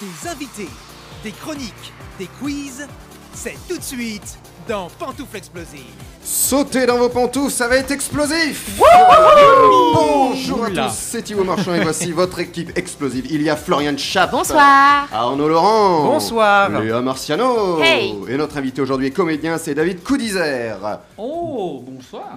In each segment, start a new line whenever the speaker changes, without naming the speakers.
Des invités, des chroniques, des quiz, c'est tout de suite dans Pantoufle Explosive.
Sautez dans vos pantoufles, ça va être explosif Bonjour à
Oula.
tous, c'est Thibaut Marchand et voici votre équipe explosive. Il y a Florian Chat.
Bonsoir.
Arnaud Laurent.
Bonsoir.
Léa Marciano.
Hey.
Et notre invité aujourd'hui est comédien, c'est David Coudizère.
Oh, bonsoir.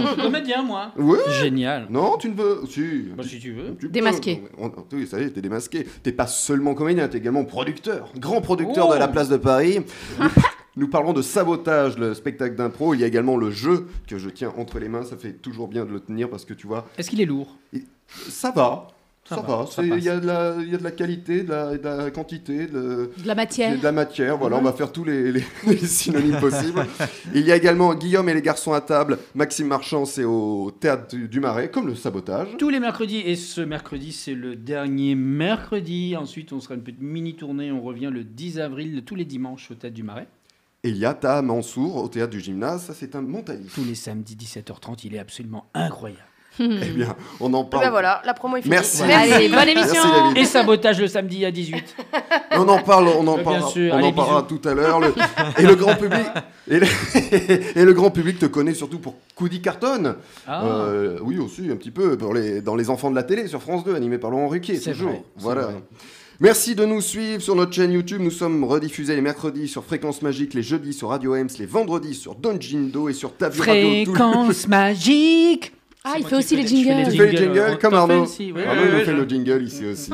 Je suis comédien, moi.
oui
Génial.
Non, tu ne veux... Si.
Bah, si tu veux.
Tu peux.
Démasqué.
On- on- Oui, ça y est, t'es démasqué. T'es pas seulement comédien, t'es également producteur. Grand producteur
Oh.
de la place de Paris. Nous- Nous parlons de sabotage, le spectacle d'impro. Il y a également le jeu que je tiens entre les mains. Ça fait toujours bien de le tenir parce que tu vois,
Est-ce qu'il est lourd
ça va. Ça,
Ça
va.
va, ça
C'est- Il y, a de la- il y a de la qualité, de la, de la quantité,
De
de,
la
il y a
matière.
de la matière. Voilà, on
Mhm.
va faire tous les, les- les synonymes possibles. Il y a également Guillaume et les garçons à table. Maxime Marchand, c'est au théâtre du, du Marais, comme le sabotage.
Tous les mercredis, et ce mercredi, c'est le dernier mercredi. Ensuite, on sera une petite mini-tournée. On revient le 10 avril, tous les dimanches, au Tête du Marais.
Et il y a Taha Mansour au théâtre du gymnase, ça c'est un mentaliste.
Tous les samedis, 17h30. Il est absolument incroyable.
Eh bien, on en
Eh
parle.
ben voilà, la promo est finie.
Merci.
Allez, bonne
Merci,
émission.
David.
Et sabotage le samedi à 18.
On en parle, on en
Bien
parlera,
sûr,
on
allez,
en parlera tout à l'heure. Le- et le grand public, et le, et le grand public te connaît surtout pour Coody Carton.
Ah.
Euh, oui aussi un petit peu pour les, dans les enfants de la télé sur France 2, animé par Laurent Ruquier
C'est
toujours.
vrai, c'est
voilà.
vrai.
Merci de nous suivre sur notre chaîne YouTube. Nous sommes rediffusés les mercredis sur Fréquence Magique, les jeudis sur Radio Ems, les vendredis sur Don Jindo et sur Tavu Radio. tout-
Fréquence magique.
Ah,
C'est
il
moi
fait
qui
aussi
fais
les
je fais
jingles.
Tu fais les jingles
euh,
comme
t'en
Arnaud.
fais aussi, oui.
Arnaud
oui,
Ah, nous
oui,
fait
je-
le jingle ici aussi.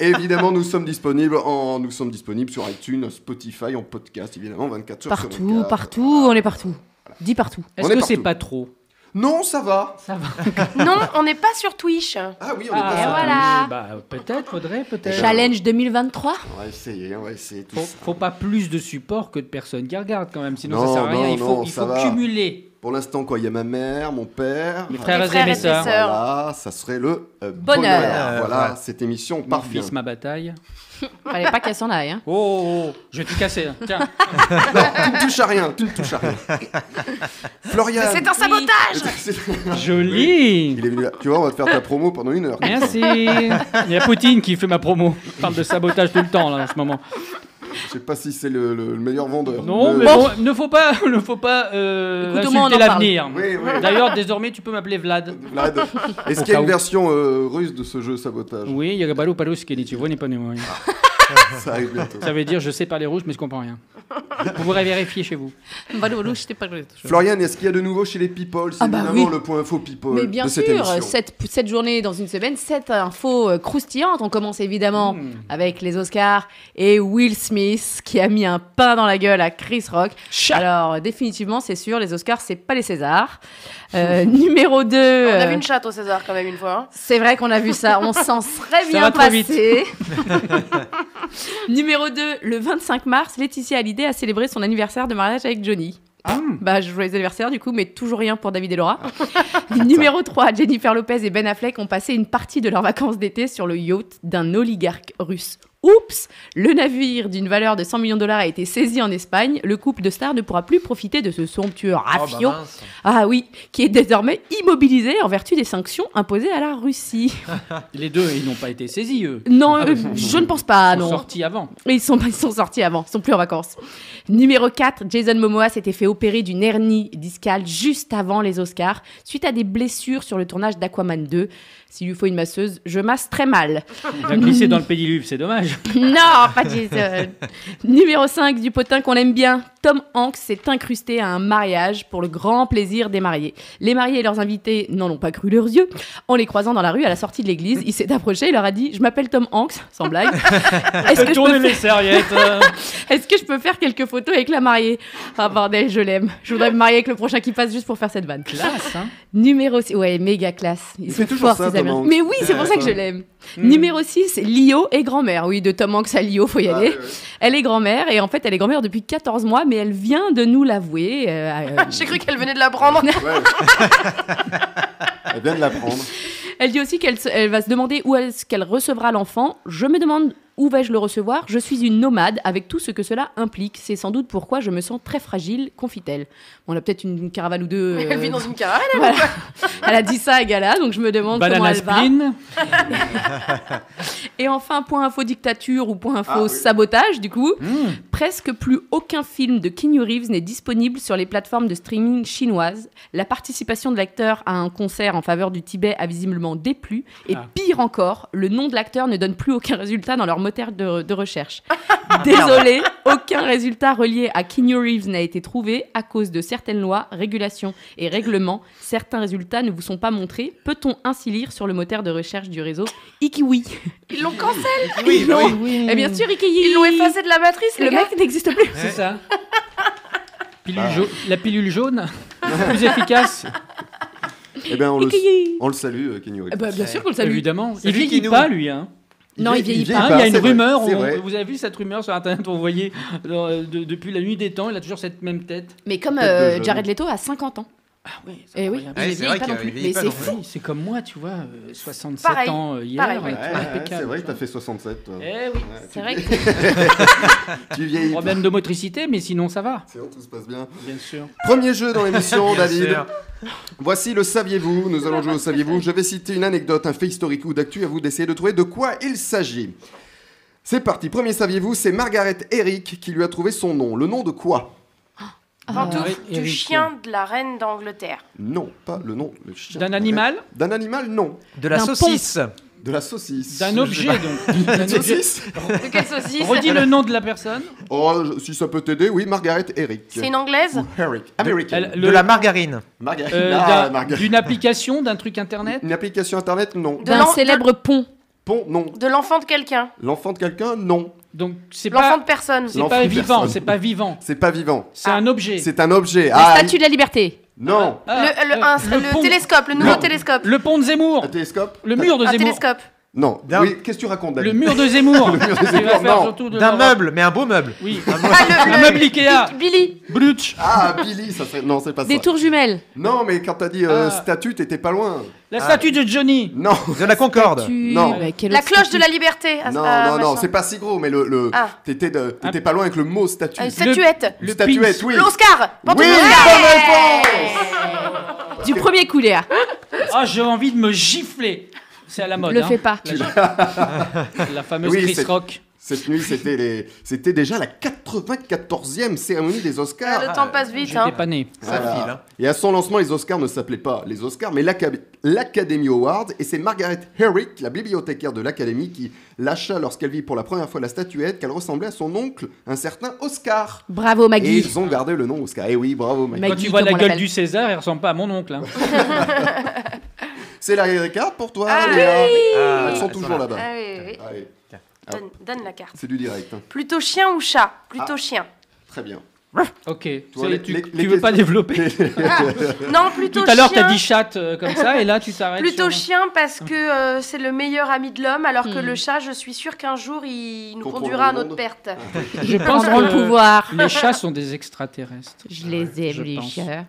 évidemment, nous sommes disponibles en, nous sommes disponibles sur iTunes, Spotify, en podcast, évidemment, 24 heures sur
Partout,
24.
partout, on est partout. Dis partout.
Est-ce
On est
que c'est
partout.
pas trop
Non, ça va.
Ça va.
Non, on n'est pas sur Twitch.
Ah oui, on est
Ah,
pas.
voilà.
Bah, peut-être, Audrey, peut-être.
Challenge 2023.
On va essayer, on va essayer tout
Faut,
ça.
faut pas plus de support que de personnes qui regardent quand même, sinon
Non,
ça sert à rien.
non,
il faut,
non,
il
ça
faut
va.
cumuler.
Pour l'instant, quoi, il y a ma mère, mon père.
Mes
Mes
frères
frères
et
et
mes
sœurs.
sœurs. Euh,
Voilà, ça serait le euh,
Bonheur.
Voilà, cette émission
Mon
parfaite.
fils, ma bataille.
Fallait pas qu'elle s'en aille. Hein.
Oh, oh, oh, je vais tout casser. hein. Tiens,
Non, tu ne touches à rien, tu ne touches à rien. Florian.
C'est un sabotage
joli.
Il est venu là. Tu vois, on va te faire ta promo pendant une heure.
Merci. Il y a Poutine qui fait ma promo. Il parle de sabotage tout le temps là en ce moment.
Je sais pas si c'est le, le- le meilleur vendeur.
Non,
De-
mais bon, ne faut pas, ne faut pas euh,
Écoute, au moins, on
insulter
en parle.
l'avenir.
Oui, oui.
D'ailleurs, désormais, tu peux m'appeler Vlad.
Vlad. Est-ce
Au
qu'il y a
cas où.
une version euh, russe de ce jeu sabotage
Oui, Yagabalo Palos n'est pas né.
Ça arrive bientôt.
Ça veut dire je sais parler russe mais je comprends rien. Vous pourrez vérifier chez vous.
Valou, je t'ai pas cru.
Florian, est-ce qu'il y a de nouveau chez les people C'est
Ah bah
évidemment
oui.
le point info people
Mais bien
Euh, de cette
sûr,
émission.
cette, cette journée dans une semaine, cette info croustillante. On commence évidemment avec les Oscars et Will Smith qui a mis un pain dans la gueule à Chris Rock. Alors, définitivement, c'est sûr, les Oscars, c'est pas les Césars. Euh, numéro euh, 2.
On a vu une chatte au César quand même une fois. hein.
C'est vrai qu'on a vu ça, on s'en serait
Ça
bien
va trop
passé. Numéro 2, le 25 mars, Laetitia Hallyday a célébré son anniversaire de mariage avec Johnny. Bah, joyeux anniversaire du coup, mais toujours rien pour David et Laura. Numéro 3, Jennifer Lopez et Ben Affleck ont passé une partie de leurs vacances d'été sur le yacht d'un oligarque russe. Oups Le navire d'une valeur de 100 millions de dollars a été saisi en Espagne. Le couple de stars ne pourra plus profiter de ce somptueux rafiot. ah oui, qui est désormais immobilisé en vertu des sanctions imposées à la Russie.
Les deux ils n'ont pas été saisis eux. Ah,
Non, euh, je ne pense pas,
Ils sont
non.
sortis avant.
Ils sont, ils sont sortis avant, ils sont plus en vacances. Numéro 4, Jason Momoa s'était fait opérer d'une hernie discale juste avant les Oscars, suite à des blessures sur le tournage d'Aquaman 2. S'il lui faut une masseuse, je masse très mal.
Il a glissé dans le pédiluve, c'est dommage.
non, pas Jason. Numéro 5, du potin qu'on aime bien, Tom Hanks s'est incrusté à un mariage pour le grand plaisir des mariés. Les mariés et leurs invités n'en ont pas cru leurs yeux. En les croisant dans la rue à la sortie de l'église, il s'est approché et leur a dit Je m'appelle Tom Hanks, sans blague. Est-ce que je peux
Tournez les serviettes. euh.
Est-ce que je peux faire quelques photos avec la mariée Ah bordel, je l'aime. Je voudrais me marier avec le prochain qui passe juste pour faire cette vanne.
Classe, hein.
Numéro 6. Ouais, méga classe. Ils
Il
sont
fait toujours
forts, ces
ça, Tom
Américains.
Hanks.
Mais oui, c'est pour
Ouais, Hmm.
ça que je
ouais.
l'aime. Numéro 6, Lio et grand-mère. Oui, de Tom Hanks à Lio, faut y
Ah,
aller.
ouais, ouais.
Elle est grand-mère et en fait, elle est grand-mère depuis 14 mois, mais elle vient de nous l'avouer. euh, euh,
J'ai cru qu'elle venait de la prendre.
Ouais. Elle vient de l'apprendre.
elle dit aussi qu'elle se- elle va se demander où est-ce qu'elle recevra l'enfant. Je me demande Où vais-je le recevoir Je suis une nomade avec tout ce que cela implique. C'est sans doute pourquoi je me sens très fragile, confie-t-elle. Bon, on a peut-être une, une caravane ou deux.
Elle
euh,
vit dans une caravane.
voilà. Elle a dit ça à Gala, donc je me demande comment
Banana
elle va.
spleen.
Et enfin, point info dictature ou point info
Ah, oui.
sabotage, du coup.
Mmh.
Presque plus aucun film de Keanu Reeves n'est disponible sur les plateformes de streaming chinoises. La participation de l'acteur à un concert en faveur du Tibet a visiblement déplu. Et
Ah.
pire encore, le nom de l'acteur ne donne plus aucun résultat dans leur moteur de, de recherche. Désolé, aucun résultat relié à Keanu Reeves n'a été trouvé à cause de certaines lois, régulations et règlements. Certains résultats ne vous sont pas montrés. Peut-on ainsi lire sur le moteur de recherche du réseau Ikiwi
Ils l'ont cancel.
Oui,
bah oui.
Eh bien sûr, Ikiwi
Ils l'ont effacé de la matrice.
Le
les gars.
mec n'existe plus.
C'est
Ouais.
ça. Pilule
Bah.
jau- La pilule jaune, plus efficace,
Eh bien, on le,
Ikiwi.
on le salue, euh, Keanu Reeves.
Eh ben, bien sûr qu'on le salue.
évidemment.
C'est
Il
lui qui
vieillit
nous-
pas, lui. Hein.
Non, il vieillit
vieillit
Ah,
pas,
il y a une
c'est vrai,
rumeur,
c'est
on-
vrai.
vous avez vu cette rumeur sur internet, on voyait euh, de- depuis la nuit des temps, il a toujours cette même tête.
Mais comme
Peut-être
euh,
de jeune.
Jared Leto a 50 ans.
Ah oui,
Eh oui.
incroyable.
Il
Ouais,
est
c'est
vieilli
vrai
pas
qu'il
non plus.
vieillit
Mais
pas
c'est
non plus.
fou.
Oui, c'est comme moi, tu vois, euh, 67
Pareil.
ans euh, hier.
Pareil, ouais.
Ouais,
tu vois,
ouais,
impeccable,
c'est vrai
tu
que t'as
vois.
fait 67, toi.
Eh oui,
Ouais,
C'est
tu-
vrai que
Tu vieillis.
problème de motricité, mais sinon ça va.
C'est bon, tout se passe bien.
Bien sûr.
Premier jeu dans l'émission, David.
Bien sûr.
Voici le saviez-vous. Nous allons jouer au saviez-vous. Je vais citer une anecdote, un fait historique ou d'actu. À vous d'essayer de trouver de quoi il s'agit. C'est parti. Premier saviez-vous, c'est Margaret Eric qui lui a trouvé son nom. Le nom de quoi
Pantoufle
Ah,
du
Eric.
chien de la reine d'Angleterre.
Non, pas le nom. le chien.
D'un animal,
D'un animal, non.
De la
D'un
saucisse.
De la saucisse.
d'un objet donc. D'un
Une
objet.
saucisse
De quelle saucisse
Redis le nom de la personne.
Oh, je- si ça peut t'aider, oui, Margaret Eric.
C'est une anglaise
Eric. American.
Elle-
De
le-
la margarine.
Margaret.
euh,
Ah,
d'un-
Margaret.
D'une application, d'un truc internet.
Une application internet, non.
De
D'un
l'an-
célèbre pont.
Pont, non.
De l'enfant de quelqu'un
L'enfant de quelqu'un, non.
Donc c'est
L'enfant
pas,
de personne
c'est
l'enfant
pas
de
vivant,
personne.
c'est pas vivant.
C'est pas vivant.
C'est
Ah.
un objet.
C'est un objet.
La
Ah,
statue de la liberté.
Non.
Ah,
Le, le-
euh,
un- le
pont-
télescope, le nouveau
Non.
télescope.
Le pont de Zemmour.
Un télescope
Le mur de
Un
Zemmour.
télescope.
Non.
D'un-
Oui, qu'est-ce que tu racontes,
Le
David
mur de Zemmour.
mur de
Tu vas
Zemmour,
faire
non.
surtout de
D'un
l'Europe.
meuble, mais un beau meuble.
Oui.
Ah, le,
Un
le-
meuble Ikea.
Billy.
Brutch.
Ah, Billy, ça serait... Non, c'est pas ça.
Des tours jumelles.
Non, mais quand t'as dit euh,
Ah.
statue, t'étais pas loin.
La statue de Johnny.
Non.
De la concorde.
Tu-
Non.
Bah, quel
La
autre
cloche de
statut
la liberté. Ah,
non,
ah,
non, non,
machin.
c'est pas si gros, mais le... le...
Ah.
T'étais, de- t'étais pas loin avec le mot statue.
Ah, Une statuette.
Une
Le
statuette,
pins.
oui.
L'Oscar.
Oui,
Pantoufle
bonne réponse
Du premier coup, Léa.
Ah, j'ai envie de me gifler. C'est à la mode.
Le
hein.
fais pas.
La fameuse
Oui,
Chris
c'est-
Rock.
Cette nuit, c'était, les... c'était déjà la 94e cérémonie des Oscars.
Le temps passe vite.
J'étais
Hein.
pas né.
Ça
Voilà.
file. hein.
Et à son lancement, les Oscars ne s'appelaient pas les Oscars, mais l'Acad- l'Academy Awards. Et c'est Margaret Herrick, la bibliothécaire de l'Académie, qui lâcha lorsqu'elle vit pour la première fois la statuette qu'elle ressemblait à son oncle, un certain Oscar.
Bravo,
Et
Maggie.
ils ont gardé le nom Oscar. Et oui, bravo, mec.
Mais-
Quand
Maggie,
tu vois la
comme on
gueule
l'appelle.
du César, elle ressemble pas à mon oncle. hein.
C'est la carte pour toi,
Ah
Léa.
Ah,
Elles sont toujours là-bas.
Ah oui, oui, oui.
Allez,
Donne, donne la carte.
c'est du direct. hein.
Plutôt chien ou chat Plutôt chien.
Très bien.
Ok.
Toi,
C'est-
les-
tu
les-
tu
les
veux pas
questions-
développer
Non, plutôt
Tout à l'heure,
chien.
t'as dit chat euh, comme ça, et là, tu t'arrêtes.
Plutôt
sur-
chien parce que euh, c'est le meilleur ami de l'homme, alors que
Hmm.
le chat, je suis sûre qu'un jour, il nous
Contrôle
conduira à
le
notre
monde.
perte.
Je pense
Prendront le
que
pouvoir.
les chats sont des extraterrestres.
Je les aime,
je
les
pense. Euh,
chats.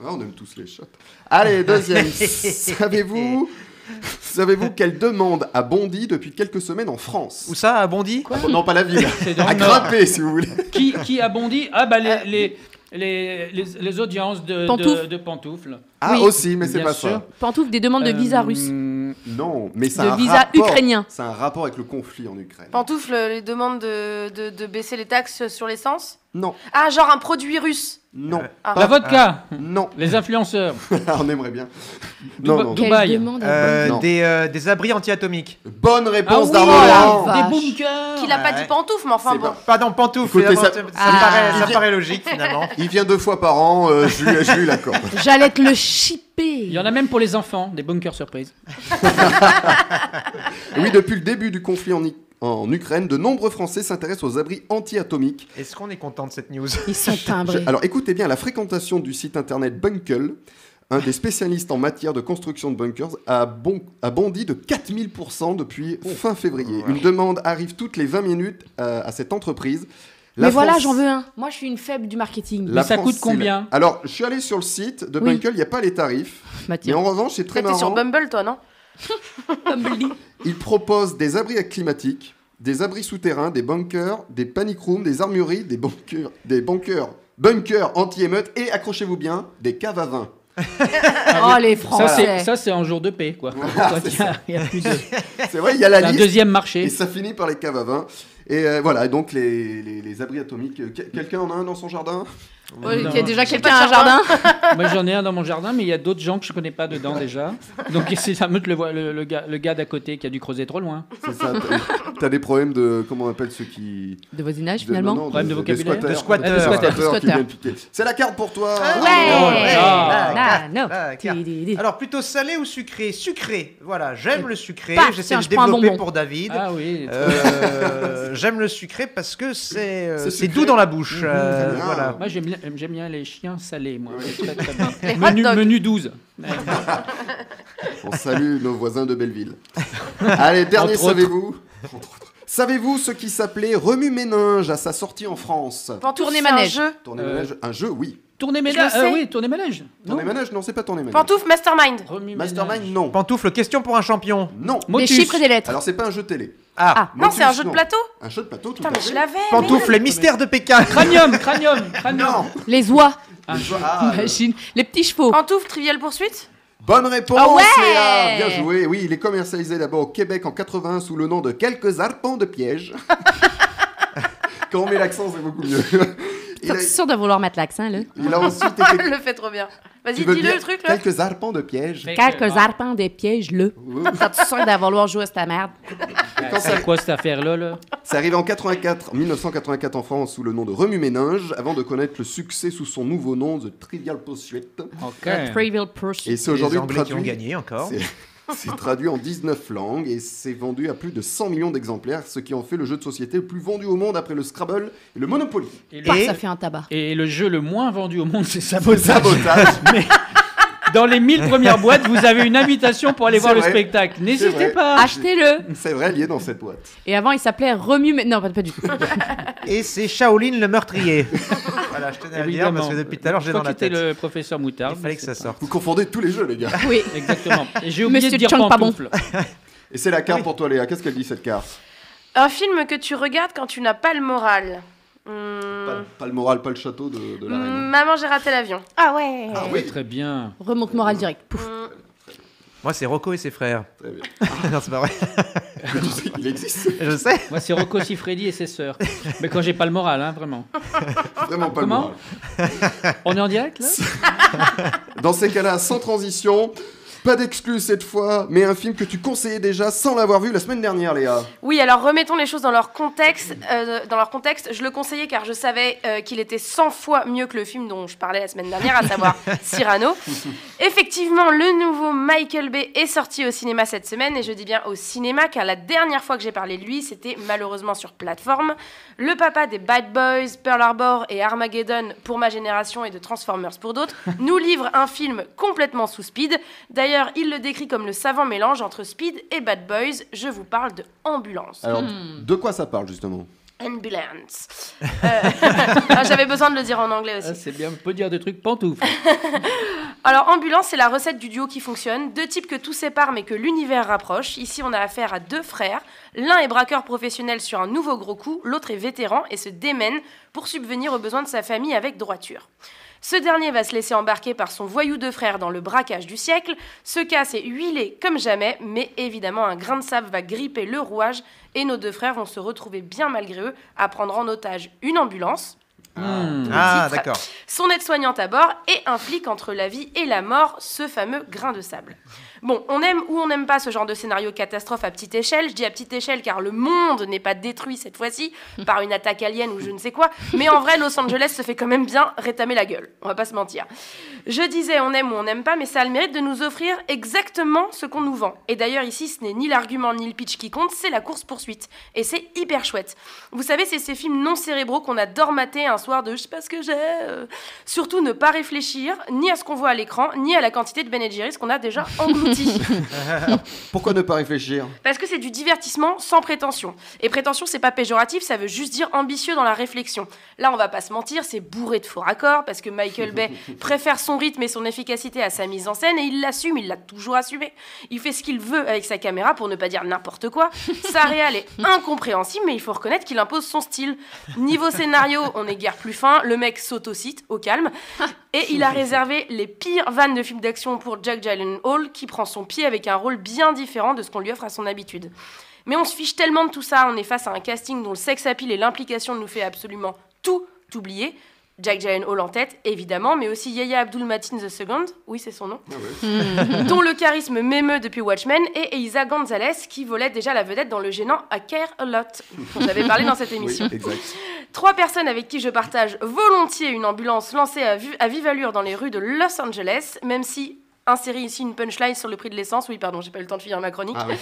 Ah, on aime tous les chats. Allez, deuxième. Savez-vous Savez-vous qu'elle demande a bondi depuis quelques semaines en France
Où ça, à Bondy
Ah bon, Non, pas la ville.
C'est dans
euh,
À
le Nord.
grimper, si vous voulez.
Qui, qui a bondi Ah, bah, les, les, les, les, les audiences de,
Pantoufles.
de, de pantoufles.
Ah,
Oui.
aussi, mais c'est
Bien
pas
sûr.
ça.
Pantoufle des demandes de visa
Euh,
russe.
Non, mais ça
De
a un
visa
rapport.
ukrainien.
C'est un rapport avec le conflit en Ukraine.
Pantoufle euh, les demande de, de- de baisser les taxes sur l'essence
Non,
Ah, genre un produit russe
Euh,
non,
Ah.
La vodka,
non. Ah,
les influenceurs.
on aimerait bien. Non, non.
Dubaï.
Quelle demande
Euh,
Non.
des, euh, des abris anti-atomiques.
Bonne réponse
Ah oui,
d'Arnaud
oh la
Laurent.
vache.
Des bunkers.
Qu'il a pas
Ouais.
dit pantoufle, mais enfin
C'est
bon.
pas-
Pardon, pantoufles.
Écoutez,
finalement,
ça-
ça, ça
Ah.
paraît, ça paraît logique finalement.
Il vient deux fois par an, euh, je, lui, je lui l'accorde.
J'allais te le
Il
chipper.
y en a même pour les enfants, des bunkers surprises.
Et Oui, depuis le début du conflit en, I- en Ukraine, de nombreux Français s'intéressent aux abris anti-atomiques.
Est-ce qu'on est content de cette news
Ils sont
Je-
timbrés.
Alors écoutez bien, la fréquentation du site internet Bunkel, un des spécialistes en matière de construction de bunkers, a, bon- a bondi de 4000% depuis
Oh.
fin février. Une demande arrive toutes les 20 minutes euh, à cette entreprise. La
Mais voilà,
France-
j'en veux un. Moi, je suis une faible du marketing.
la
Mais ça coûte
c'est la-
combien
Alors, je suis allé sur le site de
Oui.
Bunkel, il n'y a pas les tarifs.
Bah,
Mais
tiens.
en revanche, c'est très
Toi, T'es sur
marrant.
Bumble, toi, non
Comme Billy.
Ils proposent des abris climatiques, des abris souterrains, des bunkers, des panic rooms, des armureries, des bunkers, des bunkers, bunkers anti-émeutes et, accrochez-vous bien, des caves à vin.
Oh, les
Ça, c'est-
Français.
ça, c'est un jour de paix, quoi.
Voilà,
Quand il y a- il y a plus de-
C'est vrai, il y a la
un
liste.
deuxième marché.
Et ça finit par les caves à vin. Et euh, voilà, donc les, les, les abris atomiques. euh, que- Quelqu'un en a un dans son jardin
Oh, il y a
Non.
déjà
J'ai
quelqu'un
pas
à un
de jardin.
jardin.
Moi, j'en ai un dans mon jardin, mais il y a d'autres gens que je connais pas dedans déjà. Donc, c'est la meute, le, voit- le, le gars, le gars d'à côté qui a dû creuser trop loin.
C'est ça. t'as- T'as des problèmes de. Comment on appelle ceux qui.
De voisinage,
de-
finalement.
non, non,
Problème de
des
vocabulaire.
squatteurs.
De squatteurs.
Des squatteurs
Squatteurs.
qui viennent piquer. C'est la carte pour toi
Ah,
Ouais.
ouais.
Ah,
Ah,
carte,
non.
ah, carte. Alors plutôt salé ou sucré Sucré. Voilà, j'aime le sucré.
paf,
J'essaie
Euh, tiens,
de
je prends un
développer
bonbon.
pour David.
Ah oui.
Euh, j'aime le sucré parce que c'est euh,
C'est
c'est
sucré. Mhm,
doux dans la bouche. euh,
très bien.
voilà.
Moi, j'aime bien, j'aime bien les chiens salés, moi.
Ouais.
C'est très, très bien.
Les hot
Menu,
dogs.
menu 12.
On salue nos voisins de Belleville. Allez, dernier,
Entre autres.
savez-vous Entre autres. Savez-vous ce qui s'appelait Remue Méninge à sa sortie en France
Pantoufle,
Tourner
c'est un
manège.
jeu.
Tournez
Euh.
Ménage, un jeu, oui.
Tournez
Je le
ménage. euh,
sais.
oui, tournez ménage.
Tournez Ménage, non, c'est pas Tournez Ménage.
Pantoufle Mastermind.
Remue
Mastermind,
ménage.
non.
Pantoufle, question pour un champion.
Non.
Des
Motus.
chiffres et des lettres.
Alors, c'est pas un jeu télé.
Ah,
Non,
Motus,
c'est un jeu de
non.
plateau.
Un jeu de plateau, tout
Putain,
à
mais
fait.
je l'avais. mais-
pantoufle, les mystères de Pékin.
Cranium, cranium, cranium.
Non.
Les oies,
Un jeu.
Ah, euh,
imagine. Les petits chevaux.
Pantoufle, Trivial Poursuite.
Bonne réponse,
Ah ouais
Léa Bien joué. Oui, il est commercialisé d'abord au Québec en 80 sous le nom de Quelques arpents de piège. Quand on met l'accent, c'est beaucoup mieux. Il
T'es
a,
sûr de vouloir mettre l'accent, là
il a ensuite
Ah,
été...
le fait trop bien.
Tu
Vas-y,
veux
dis-le
bien
le truc là.
Quelques arpents de piège.
Mais-
Quelques
Ah,
arpents des pièges, là. T'as tu sûr d'avoir vouloir jouer à cette merde
Hein.
Quand ça-
C'est quoi cette affaire-là, là
C'est arrivé en 84, en 1984 en France sous le nom de Remue Méninge, avant de connaître le succès sous son nouveau nom The Trivial Pursuit.
Ok.
Le Trivial Pursuit.
Et c'est
Les
aujourd'hui
Anglais qui ont
traduit
gagné encore.
C'est- C'est traduit en 19 langues et c'est vendu à plus de 100 millions d'exemplaires, ce qui en fait le jeu de société le plus vendu au monde après le Scrabble et le Monopoly.
Et le,
Paf,
Et-
ça fait un tabac.
et le jeu le moins vendu au monde, c'est Sabotage.
Sabotage
Dans les 1000 premières boîtes, vous avez une invitation pour aller
C'est
voir
vrai.
le spectacle. N'hésitez
vrai.
Ah,
pas.
Achetez-le
C'est vrai, lié dans cette boîte.
Et avant, il s'appelait Remue... Mé- Non, pas, pas du tout.
Et c'est Shaolin le meurtrier. voilà, je tenais à le dire parce que depuis tout à l'heure, j'ai
Je
dans
crois
la
que t'es
tête.
le professeur Moutarde.
Il fallait que
mais
ça
c'est
sorte.
Vous confondez tous les jeux, les gars.
Oui.
pas- Exactement. Et j'ai oublié
Monsieur
de dire
Chang, pas bon.
pantoufle.
Et c'est la carte pour toi, Léa. Qu'est-ce qu'elle dit, cette carte
Un film que tu regardes quand tu n'as pas le moral. Hmm.
pas, pas le moral, pas le château de, de la
Hmm,
reine.
Maman, j'ai raté l'avion.
Ah ouais
Ah oui,
Très bien.
Remonte morale directe. Pouf.
Hmm.
Moi, c'est Rocco et ses frères.
très bien.
non, c'est pas vrai.
Mais tu sais qu'il existe.
Je sais.
Moi, c'est Rocco Siffredi et ses sœurs. Mais quand j'ai pas le moral, hein, vraiment.
Vraiment pas
Comment
le moral.
On est en direct, là
Dans ces cas-là, sans transition, pas d'exclus cette fois, mais un film que tu conseillais déjà sans l'avoir vu la semaine dernière, Léa.
Oui, alors remettons les choses dans leur contexte. euh, dans leur contexte, je le conseillais car je savais euh, qu'il était 100 fois mieux que le film dont je parlais la semaine dernière, à savoir Cyrano. Effectivement, le nouveau Michael Bay est sorti au cinéma cette semaine, et je dis bien au cinéma car la dernière fois que j'ai parlé de lui, c'était malheureusement sur plateforme. Le papa des Bad Boys, Pearl Harbor et Armageddon pour ma génération et de Transformers pour d'autres nous livre un film complètement sous speed. D'ailleurs, il le décrit comme le savant mélange entre speed et Bad Boys. Je vous parle de Ambulance.
Alors, de quoi ça parle, justement
Ambulance. Euh, ah, J'avais besoin de le dire en anglais aussi.
Ah, C'est bien, on peut dire des trucs pantoufles.
Alors, Ambulance, c'est la recette du duo qui fonctionne. Deux types que tout sépare mais que l'univers rapproche. Ici, on a affaire à deux frères. L'un est braqueur professionnel sur un nouveau gros coup, l'autre est vétéran et se démène pour subvenir aux besoins de sa famille avec droiture. Ce dernier va se laisser embarquer par son voyou de frère dans le braquage du siècle. Ce cas s'est huilé comme jamais, mais évidemment un grain de sable va gripper le rouage et nos deux frères vont se retrouver bien malgré eux à prendre en otage une ambulance,
Hmm.
Ah,
titre.
d'accord.
son aide-soignante à bord et un flic entre la vie et la mort, ce fameux grain de sable. Bon, on aime ou on n'aime pas ce genre de scénario catastrophe à petite échelle. Je dis à petite échelle car le monde n'est pas détruit cette fois-ci par une attaque alien ou je ne sais quoi. Mais en vrai, Los Angeles se fait quand même bien rétamer la gueule. On va pas se mentir. Je disais on aime ou on n'aime pas, mais ça a le mérite de nous offrir exactement ce qu'on nous vend. Et d'ailleurs, ici, ce n'est ni l'argument ni le pitch qui compte, c'est la course-poursuite. Et c'est hyper chouette. Vous savez, c'est ces films non cérébraux qu'on adore mater un soir de je sais pas ce que j'ai. euh, Surtout ne pas réfléchir ni à ce qu'on voit à l'écran, ni à la quantité de Ben Jerry's qu'on a déjà englouti. Betty.
Pourquoi ne pas réfléchir
Parce que c'est du divertissement sans prétention. Et prétention, c'est pas péjoratif, ça veut juste dire ambitieux dans la réflexion. Là, on va pas se mentir, c'est bourré de faux raccords parce que Michael Bay préfère son rythme et son efficacité à sa mise en scène et il l'assume, il l'a toujours assumé. Il fait ce qu'il veut avec sa caméra pour ne pas dire n'importe quoi. Sa réal est incompréhensible, mais il faut reconnaître qu'il impose son style. Niveau scénario, on est guère plus fin, le mec s'autocite au calme et il a réservé les pires vannes de films d'action pour Jack Hall qui prend son pied avec un rôle bien différent de ce qu'on lui offre à son habitude. Mais on se fiche tellement de tout ça, on est face à un casting dont le sex appeal et l'implication nous fait absolument tout oublier. Jack Hall en tête, évidemment, mais aussi Yaya Abdul Matin II, oui c'est son nom, dont le charisme m'émeut depuis Watchmen, et Isa Gonzalez, qui volait déjà la vedette dans le gênant I Care A Lot, dont j'avais parlé dans cette
Oui,
émission.
exact.
Trois personnes avec qui je partage volontiers une ambulance lancée à, vu- à vive allure dans les rues de Los Angeles, même si insérer ici une punchline sur le prix de l'essence, oui pardon, j'ai pas eu le temps de finir ma chronique.
Ah oui.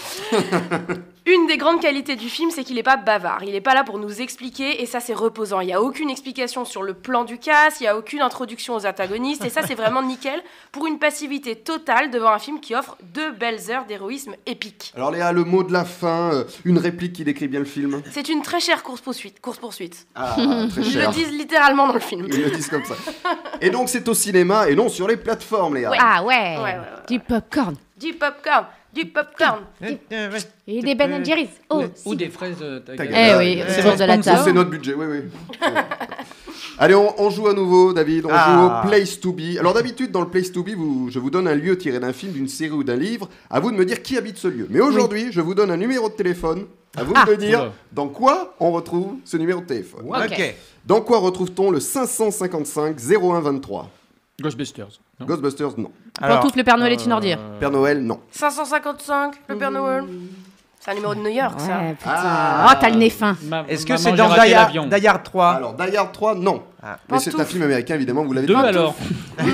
Une des grandes qualités du film, c'est qu'il n'est pas bavard. Il n'est pas là pour nous expliquer, et ça, c'est reposant. Il n'y a aucune explication sur le plan du casse, il n'y a aucune introduction aux antagonistes, et ça, c'est vraiment nickel pour une passivité totale devant un film qui offre deux belles heures d'héroïsme épique.
Alors Léa, le mot de la fin, euh, une réplique qui décrit bien le film.
C'est une très chère course-poursuite. Course -poursuite.
Ah, très
Ils le
cher.
disent littéralement dans le film.
Ils le disent comme ça. Et donc c'est au cinéma et non sur les plateformes, Léa.
Ah ouais,
Ouais, ouais, ouais.
Du popcorn.
Du popcorn, du popcorn.
Eh,
Et des Ben Jerry's. Oh,
Ou des fraises euh, ta gueule.
Eh oui,
C'est
autour de la
notre
Ça, c'est
table.
notre budget, oui, oui. Ouais. Allez, on, on joue à nouveau, David. On
Ah.
joue au Place to Be. Alors, d'habitude, dans le Place to Be, vous, je vous donne un lieu tiré d'un film, d'une série ou d'un livre. À vous de me dire qui habite ce lieu. Mais aujourd'hui, je vous donne un numéro de téléphone. À
Ah.
vous de me dire
Oula.
dans quoi on retrouve ce numéro de téléphone.
Ok.
Dans quoi retrouve-t-on le 555 0123
Ghostbusters. non
Ghostbusters, non.
Alors,
Pantoufle, le Père Noël est une
Euh,
ordure.
Père Noël, non.
555, le Père Noël. C'est un numéro de New York, ça.
Ouais, putain.
Ah.
Oh, t'as le nez fin.
ma-
est-ce que
maman,
c'est
j'ai
dans
raté
Die Hard-
l'avion.
Die Hard 3
Alors, Die Hard 3, non.
Ah.
Mais c'est un
Pantoufle.
film américain, évidemment, vous l'avez
Deux
dit.
alors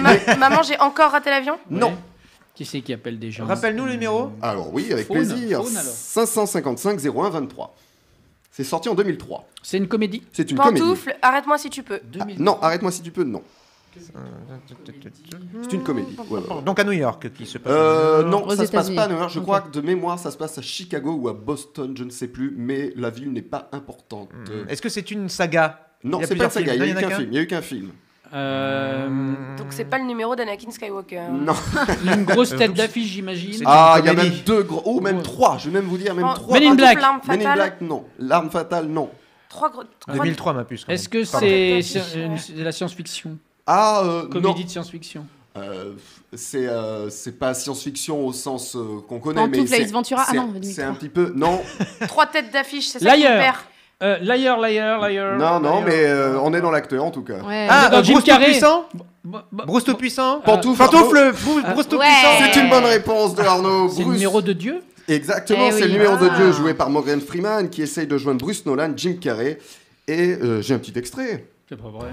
Ma- Maman, j'ai encore raté l'avion
Non.
Ouais. Qui c'est qui appelle des gens
Rappelle-nous le numéro.
Alors oui, avec
Faune,
plaisir.
faune, alors.
555 01 23. C'est sorti en 2003.
C'est une comédie
C'est une comédie.
Pantoufle, arrête-moi si tu peux.
Ah, non, arrête-moi si tu peux. Non, c'est une comédie. Ouais, ouais.
Donc à New York qui se passe.
Euh, non,
Aux
ça se passe
États-Unis.
pas à New York. Je
Ok.
crois que de mémoire, ça se passe à Chicago ou à Boston, je ne sais plus, mais la ville n'est pas importante. Euh,
Est-ce que c'est une saga
Non,
il y a
c'est pas
plusieurs
ça, il n'y a eu
films. Il
qu'un
y en a
film. Il y a eu qu'un film.
Euh,
Donc c'est pas le numéro d'Anakin Skywalker.
Non.
Une grosse tête d'affiche, j'imagine.
C'est-
Ah, il y a
comédie.
même deux gros. Oh, même
Ouais.
trois. Je vais même vous dire, même
Oh,
trois.
Men
Pantoufle,
in Black.
L'arme
Men in
fatale,
Black, non. L'arme fatale, non.
Trois gros. trois-
2003 ma puce. quand
Est-ce
même.
que
Pardon.
c'est
Tête d'affiche,
c'est une-
ouais.
c'est de la science-fiction
Ah, euh, non.
Comédie de science-fiction
Euh, c'est euh, c'est pas science-fiction au sens euh, qu'on connaît,
Pantoufle,
mais c'est-
Ace Ventura. Ah
c'est-
non,
c'est
2003.
un petit peu non,
Trois têtes d'affiche, c'est ça qui
Liar.
perd.
euh, Liar, liar, liar.
non, non,
liar.
mais euh, on est dans l'acteur en tout cas.
Ouais.
Ah,
dans
euh,
Jim
Bruce
Carrey.
Tout-Puissant
Bah, bah,
Bruce
bah,
Tout-Puissant
Pantoufle,
Pantoufle Bruce
Ah.
Bruce
Ouais.
Tout-Puissant
c'est une bonne réponse de Arnaud.
C'est le
Bruce-
numéro de Dieu
Exactement,
Eh oui.
c'est le numéro de
Ah.
Dieu joué par Morgan Freeman qui essaye de joindre Bruce Nolan, Jim Carrey. Et euh, j'ai un petit extrait.
C'est pas vrai.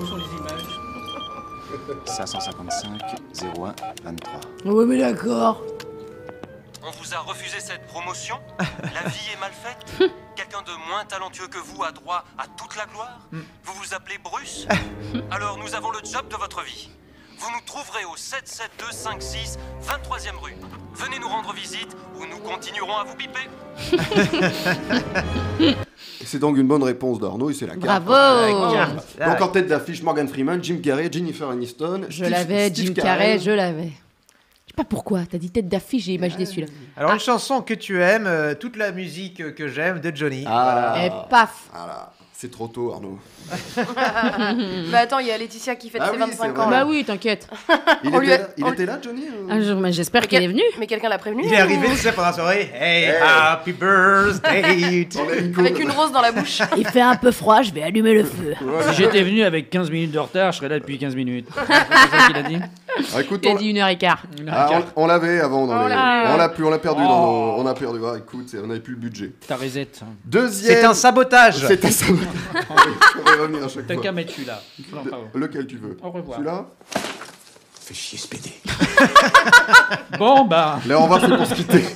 Où sont les images
555 01 23.
Ouais, mais d'accord.
On vous a refusé cette promotion
Ah.
La vie est mal
Hmm.
faite Quelqu'un de moins talentueux que vous a droit à toute la gloire
Hmm.
Vous vous appelez Bruce
Ah.
Alors nous avons le job de votre vie. Vous nous trouverez au 77256 23e rue. Venez nous rendre visite ou nous continuerons à vous piper.
C'est donc une bonne réponse d'Arnaud et c'est la carte.
Bravo. Ah.
Donc en tête d'affiche, Morgan Freeman, Jim Carrey, Jennifer Aniston.
Je
Steve-
l'avais,
Steve
Jim Carrey, je l'avais. Je sais pas pourquoi, t'as dit tête d'affiche, j'ai imaginé celui-là.
Alors une chanson que tu aimes, euh, toute la musique euh, que j'aime de Johnny.
Ah,
Et Eh, paf
voilà. c'est trop tôt Arnaud.
Bah attends, il y a Laetitia qui fête
Ah
ses
oui,
25
c'est
ans.
vrai.
là.
Bah oui, t'inquiète.
Il,
On
était,
lui a-
là, il
on-
était là, Johnny euh
Un jour, mais j'espère qu'il est venu.
Mais quelqu'un l'a prévenu
Il est
ou-
arrivé, tu sais, pendant la soirée. Hey, happy birthday to
On a une
Avec
coupe.
une rose dans la bouche.
Il fait un peu froid, je vais allumer le feu.
Voilà.
Si j'étais venu avec 15 minutes de retard, je serais là depuis 15 minutes. C'est ça qu'il a dit
Ah, écoute,
Il
on,
a dit une heure et quart.
Une
ah,
arcade.
on- on l'avait avant. Dans
On
les-
l'a-
On l'a plus, on l'a perdu. dans
Oh.
nos- on a perdu. Ah, écoute, c'est- on n'avait plus le budget.
Ta reset.
C'est
Deuxième.
un sabotage.
C'est un sabotage. on va y revenir à chaque
T'as qu'à
fois.
mettre celui-là. Non, pardon.
Lequel tu veux
Au revoir.
Celui-là
Fais chier ce PD.
Bon, bah.
Là, on va c'est pour se quitter.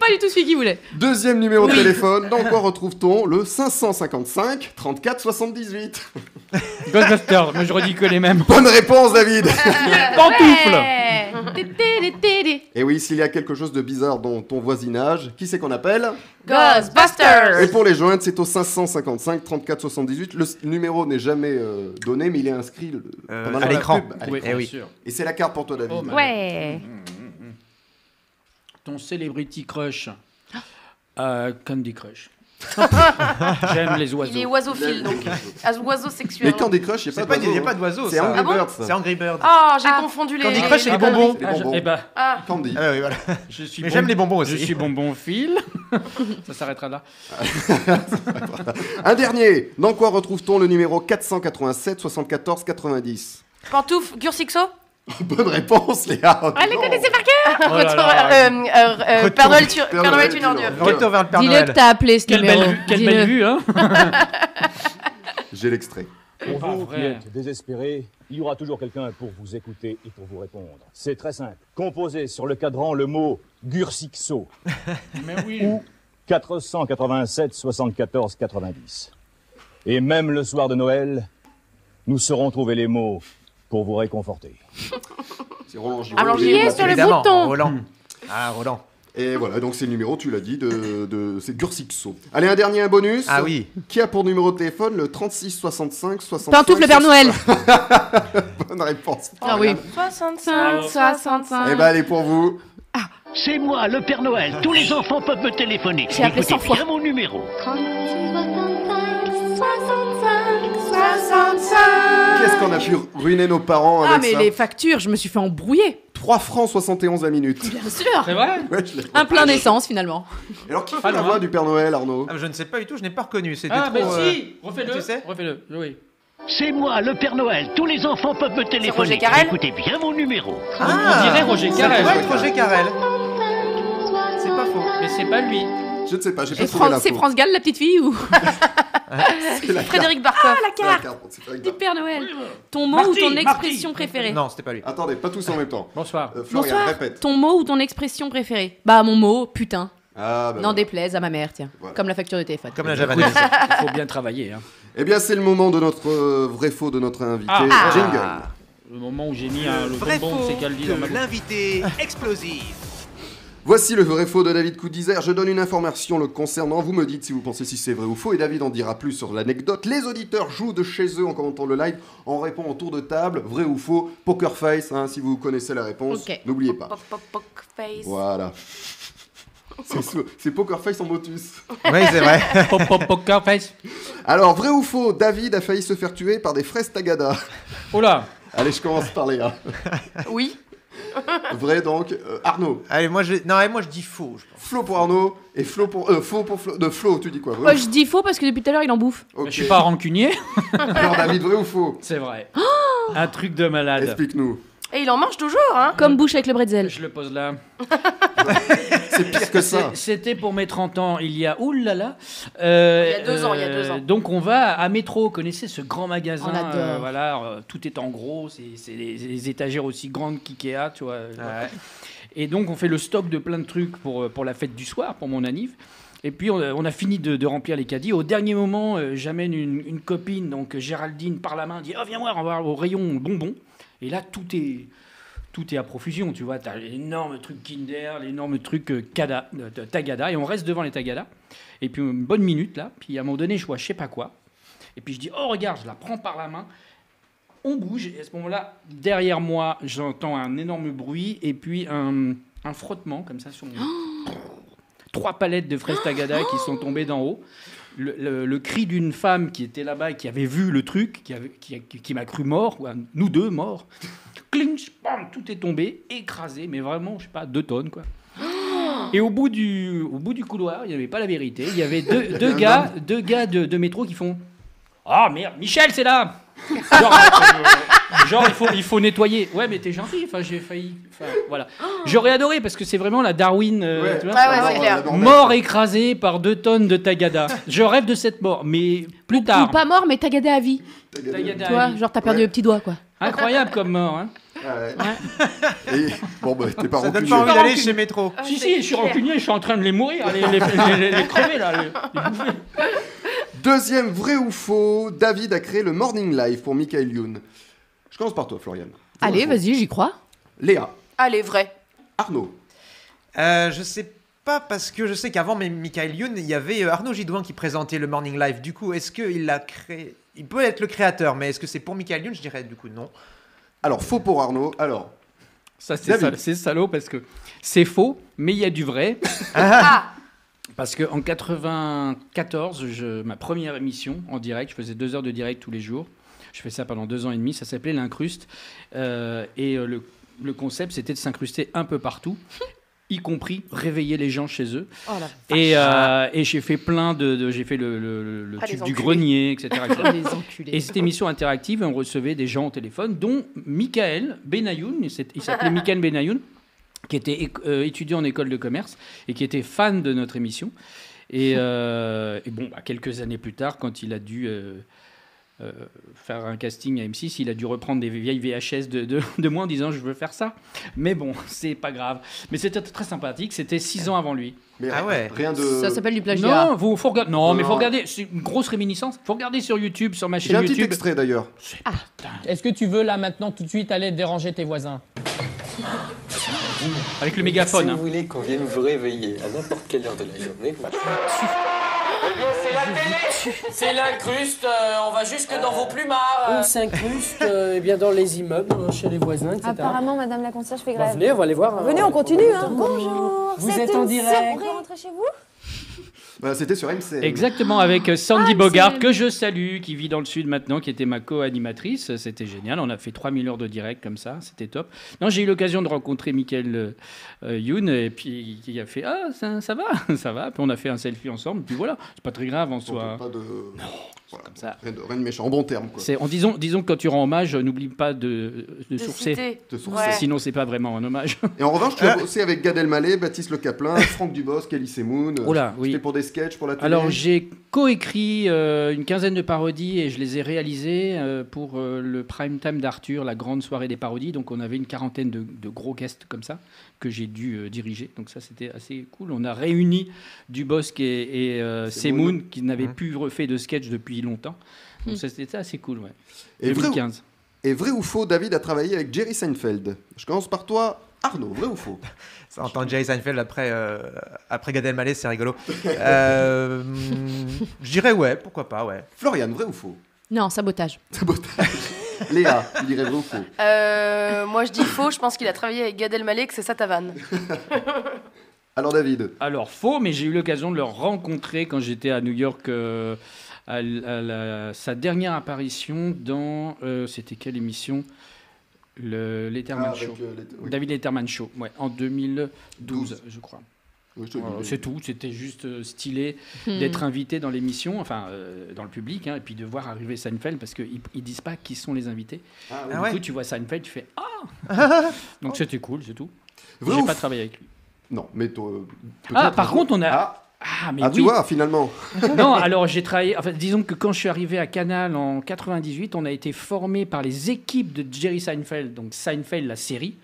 pas du tout celui qu'il voulait.
Deuxième numéro de téléphone, dans quoi retrouve-t-on le 555 34 78
Ghostbusters, moi je redis que les mêmes.
Bonne réponse David
Pantoufle
Ouais. Tété, tété, tété.
Et oui, s'il y a quelque chose de bizarre dans ton voisinage, qui c'est qu'on appelle Et
Ghostbusters
pour les jointes, c'est au 555 34 78. Le s- numéro n'est jamais euh, donné, mais il est inscrit le-
Euh,
pendant
à
la
l'écran.
pub.
Oui,
Eh
bien
oui.
sûr.
Et c'est la carte pour toi, David.
Oh, ma-
Ouais.
Ton celebrity crush. Euh, Candy Crush. J'aime les oiseaux.
Il est oiseophile, donc. As- Oiseau sexuel.
Mais Candy Crush, il n'y
C'est
a
pas,
pas
il n'y a
d'oiseau.
pas
hein.
d'oiseau.
C'est
ça.
Angry
Ah bon
Birds.
C'est Angry Birds.
Oh, j'ai
Ah.
confondu les.
Candy
les-
Crush, c'est les bonbons.
Les
Ah, je-
bonbons.
eh ben,
Ah,
Candy.
Ah bah oui, voilà.
je suis
Mais
bon-
j'aime les bonbons
Je
aussi.
suis bonbon fil. Ça s'arrêtera là.
Un dernier. Dans quoi retrouve-t-on le numéro 487 74 90
pantoufle, Gursixo
Bonne réponse, Léa.
Ah,
Elle les
Non.
connaissait par cœur.
Oh là
Retour-
là.
euh, euh, euh,
Retour-
Père Noël, tu- Père
Noël
Noël
est
est une
une
ordure.
ordure.
Retour vers le Père
Dis-le que
Noël.
t'as appelé ce
Quelle
numéro.
belle vue, quelle
Dis-le.
belle vue hein
J'ai l'extrait.
Pour
Pas
vous qui
vrai.
êtes désespérés, il y aura toujours quelqu'un pour vous écouter et pour vous répondre. C'est très simple. Composez sur le cadran le mot Gursixo
Mais oui.
ou 487 74 90. Et même le soir de Noël, nous saurons trouver les mots pour vous réconforter.
C'est Roland Giraud.
Alors, j'y
ai sur le
Évidemment,
bouton.
Roland.
Hmm.
Ah, Roland.
Et voilà, donc c'est le numéro, tu l'as dit, de, de c'est Gursixo. Allez, un dernier, un bonus.
Ah oui.
Qui a pour numéro de téléphone le 36 65 65
Pantoufle le Père Noël.
Bonne réponse.
Ah oui.
65,
5, 65.
Eh ben, elle est pour vous.
C'est moi, le Père Noël. Tous les enfants peuvent me téléphoner.
J'ai appelé
Écoutez
100 fois.
bien mon numéro.
Qu'est-ce qu'on a pu ruiner nos parents
Ah,
avec
mais
ça
les factures, je me suis fait embrouiller.
3 francs 71 la minute.
Bien sûr.
C'est vrai
Ouais, je l'ai-
Un plein d'essence finalement.
Alors, qui fait
Ah,
la
non,
voix
hein.
du Père Noël, Arnaud
Ah, mais je ne sais pas du tout, je n'ai pas reconnu. C'était
Ah, mais
trop. euh,
si Refais-le
tu sais
Refais-le, oui.
C'est moi, le Père Noël. Tous les enfants peuvent me
Roger
téléphoner.
Carrel
Écoutez bien mon numéro.
Ah,
On dirait Roger
Ça
Carrel.
pourrait être Roger Carrel. C'est pas faux.
Mais c'est pas lui.
Je ne sais pas, j'ai
Et
pas trouvé
Fran-
la
C'est
peau.
France Gall, la petite fille ou
C'est la carte.
Frédéric Barcoff.
Ah, la
C'est la
carte
carte, c'est pas une
du
carte.
Père Noël Ton mot
Marty,
ou ton
Marty.
expression préférée
Non, c'était pas lui.
Attendez, pas tous en même temps.
Bonsoir.
Euh, Florian,
Bonsoir.
répète.
Ton mot ou ton expression préférée Bah mon mot, putain.
Ah, bah,
N'en
voilà.
déplaise à ma mère, tiens.
Voilà.
Comme la facture de téléphone.
Comme la javanaise.
Il faut bien travailler. hein.
Eh bien, c'est le moment de notre euh, vrai faux de notre invité.
Ah.
Jingle.
Le moment où j'ai mis hein, le
Vrai
bonbon,
faux
c'est qu'elle dit dans ma
de
bouche.
l'invité explosif.
Voici le vrai faux de David Coudizère. Je donne une information le concernant. Vous me dites si vous pensez si c'est vrai ou faux. Et David en dira plus sur l'anecdote. Les auditeurs jouent de chez eux en commentant le live. On répond en tour de table, vrai ou faux. Poker face, hein, si vous connaissez la réponse.
Ok.
N'oubliez pas.
Pop, pop, pop, face.
Voilà. C'est sou- C'est poker face en motus.
Oui, c'est vrai.
Pop, pop, poker face.
Alors, vrai ou faux, David a failli se faire tuer par des fraises Tagada.
Oh là
Allez, je commence par Léa.
Oui.
Vrai donc, euh, Arnaud.
Allez, moi je, non, allez, moi je dis faux. Je pense.
Flo pour Arnaud et Flo pour. euh, faux pour Flo. De Flo, tu dis quoi
Moi,
vrai ou-
je dis faux parce que depuis tout à l'heure il en bouffe.
Ok.
Je suis pas rancunier.
Alors, David, vrai ou faux
C'est vrai. Un truc de malade.
Explique-nous.
Et il en mange toujours, hein
Ah.
Comme bouche avec le bretzel.
Je le pose là.
C'est pire que ça.
C'est- C'était pour mes 30 ans il y a. Oulala euh,
Il y a deux ans, il y a deux ans.
Donc on va à Métro, connaissez ce grand magasin
On adore.
Voilà, euh, tout est en gros, c'est c'est les, les étagères aussi grandes qu'IKEA, tu vois. euh,
Ouais.
Et donc, on fait le stock de plein de trucs pour, euh, pour la fête du soir, pour mon anniv. Et puis, on, a- on a fini de, de remplir les caddies. Au dernier moment, euh, j'amène une, une copine, donc euh, Géraldine, par la main, dit Oh, viens voir, on va au rayon bonbons. Et là, tout est. Tout est à profusion, tu vois. T'as l'énorme truc Kinder, l'énorme truc euh, Kada- euh, de- Tagada, et on reste devant les Tagada. Et puis une bonne minute là, puis à un moment donné, je vois je sais pas quoi. Et puis je dis oh regarde, je la prends par la main. On bouge et à ce moment-là, derrière moi, j'entends un énorme bruit et puis un, un frottement comme ça sur mon- trois palettes de fraises tagada qui sont tombées d'en haut. Le, le- le cri d'une femme qui était là-bas et qui avait vu le truc, qui, avait- qui, qui- qui m'a cru mort, ou à nous deux morts. Clinch, bam, tout est tombé, écrasé, mais vraiment, je sais pas, deux tonnes quoi. Et au bout du, au bout du couloir, il n'y avait pas la vérité. Il y avait deux, deux gars, deux gars de, de métro qui font Ah merde, Michel, c'est là Genre, euh, genre, il, faut, il faut nettoyer. Ouais, mais t'es gentil, enfin, j'ai failli. Enfin, voilà. J'aurais adoré parce que c'est vraiment la Darwin. euh,
Ouais.
tu vois.
Ah ouais,
Alors,
c'est clair.
euh, non, mais-
Mort écrasé par deux tonnes de tagada. Je rêve de cette mort, mais plus
Ou
tard.
pas mort mais t'as gadé à vie.
Tagada.
Tagada.
Toi, genre t'as perdu
Ouais.
le petit doigt quoi.
Incroyable comme mort. hein.
Ah ouais. Et, bon, bah, t'es pas
Ça donne
rancunier.
pas envie d'aller chez Métro.
Ah,
Si, si, Ah, je suis rancunier, je suis en train de les mourir, hein, les, les, les- les crever là. les- les bouffer.
Deuxième vrai ou faux, David a créé le Morning Live pour Michael Youn. Je commence par toi, Florian.
Allez, vas-y, j'y crois.
Léa,
Allez, vrai.
Arnaud,
Euh, je sais pas parce que je sais qu'avant mais Michael Youn, il y avait euh, Arnaud Gidouin qui présentait le Morning Live. Du coup, est-ce qu'il l'a créé Il peut être le créateur, mais est-ce que c'est pour Michael Youn Je dirais du coup non.
Alors, faux pour Arnaud. Alors.
Ça, c'est
David.
sal- c'est salaud parce que c'est faux, mais il y a du vrai.
Ah,
Parce qu'en 94, je, ma première émission en direct, je faisais deux heures de direct tous les jours. Je fais ça pendant deux ans et demi. Ça s'appelait l'incruste. Euh, et euh, le, le concept, c'était de s'incruster un peu partout, y compris réveiller les gens chez eux.
Oh la
Et, euh, et j'ai fait plein de. de- j'ai fait le, le- le- le
Ah, les
tube du
enculés.
grenier, etc. etc.
Oh, Les enculés.
Et cette émission interactive, on recevait des gens au téléphone, dont Michael Benayoun, il s'est- il s'appelait Michael Benayoun, qui était éc- euh, étudiant en école de commerce et qui était fan de notre émission. Et, euh, et bon, bah, quelques années plus tard, quand il a dû euh, euh, faire un casting à M6, il a dû reprendre des vieilles VHS de, de, de moi en disant Je veux faire ça. Mais bon, c'est pas grave. Mais c'était très sympathique, c'était six ans avant lui.
Mais
Ah ouais.
Rien de.
Ça s'appelle du plagiat.
Non, vous, faut regarder, non, mais
Non.
faut regarder, c'est une grosse réminiscence. Faut regarder sur YouTube, sur ma
J'ai
chaîne
un petit
YouTube.
extrait d'ailleurs.
Est-ce que tu veux là maintenant tout de suite aller déranger tes voisins
Avec le mégaphone. hein.
voulez qu'on vienne vous réveiller à n'importe quelle heure de la journée,
C'est l'incruste, on va jusque dans vos plumards. On s'incruste euh, eh bien dans les immeubles, euh, chez les voisins, etc.
Apparemment, Madame la concierge fait
Bah,
grève.
venez, on va aller voir.
Venez,
euh,
on continue. Hein. Bonjour.
Vous
c'est
êtes
une
en direct.
surprise. On rentre chez vous
Voilà, Bah, C'était sur MCM.
Exactement, avec euh, Sandy
Ah,
Bogart,
c'est-
que je salue, qui vit dans le Sud maintenant, qui était ma co-animatrice. C'était génial. On a fait 3000 heures de direct comme ça. C'était top. Non, j'ai eu l'occasion de rencontrer Michael euh, euh, Youn, et puis il a fait Ah, ça, ça va, ça va. Puis on a fait un selfie ensemble. Puis voilà, c'est pas très grave en
Donc, euh,
soi.
Pas de... Voilà,
comme ça.
Rien, de, rien de méchant. En bon terme, quoi.
C'est, en disons, disons que quand tu rends hommage, euh, n'oublie pas de, euh, de sourcer.
De sourcer.
Ouais.
Sinon, c'est pas vraiment un hommage.
Et en revanche, tu as
Ah.
Euh.
bossé avec Gad Elmaleh, Baptiste Le Caplin, Franck Dubosc, Elise Moon.
Oh là, oui.
C'était pour des sketchs, pour la télé.
Alors j'ai coécrit euh, une quinzaine de parodies et je les ai réalisées euh, pour euh, le prime time d'Arthur, la grande soirée des parodies. Donc on avait une quarantaine de, de gros guests comme ça que j'ai dû euh, diriger. Donc ça c'était assez cool. On a réuni Dubosc et, et euh,
C'est Hein.
Semoun qui n'avaient
Mhm.
plus refait de sketch depuis longtemps. Donc
Mhm.
ça c'était assez cool. Ouais.
et, vrai ou...
2015.
et vrai ou faux, David a travaillé avec Jerry Seinfeld. Je commence par toi, Arnaud. Vrai ou faux
Ça entend Jerry Seinfeld après, euh, après Gad Elmaleh, c'est rigolo. Euh, hmm, je dirais ouais, pourquoi pas, ouais.
Florian, vrai ou faux
Non, sabotage.
Sabotage. Léa, tu dirais vrai ou faux
Euh, moi, je dis faux. Je pense qu'il a travaillé avec Gad Elmaleh, que c'est ça ta vanne.
Alors, David,
Alors faux, mais j'ai eu l'occasion de le rencontrer quand j'étais à New York. euh, à, l- à la- sa dernière apparition dans euh, c'était quelle émission Le l'Etherman
Ah, avec,
Show.
euh, les- oui.
David Letterman Show, ouais, en 2012, je crois.
Oui, je te dis,
Voilà,
David.
Oh, c'est tout, c'était juste euh, stylé
Hmm.
d'être invité dans l'émission, enfin euh, dans le public, hein, et puis de voir arriver Seinfeld, parce qu'ils ne disent pas qui sont les invités.
Ah,
Ah
du
ouais.
coup, tu vois Seinfeld, tu fais Ah Donc c'était cool, c'est tout.
Vrai
J'ai
ou
pas
faux
travaillé avec lui.
Non, mais toi, euh,
Ah,
peut-être
par
un
contre,
jour.
on a-
Ah,
Ah, mais
ah,
oui
tu vois, finalement.
non, alors j'ai travaillé. Enfin, disons que quand je suis arrivé à Canal en 98, on a été formé par les équipes de Jerry Seinfeld, donc Seinfeld la série,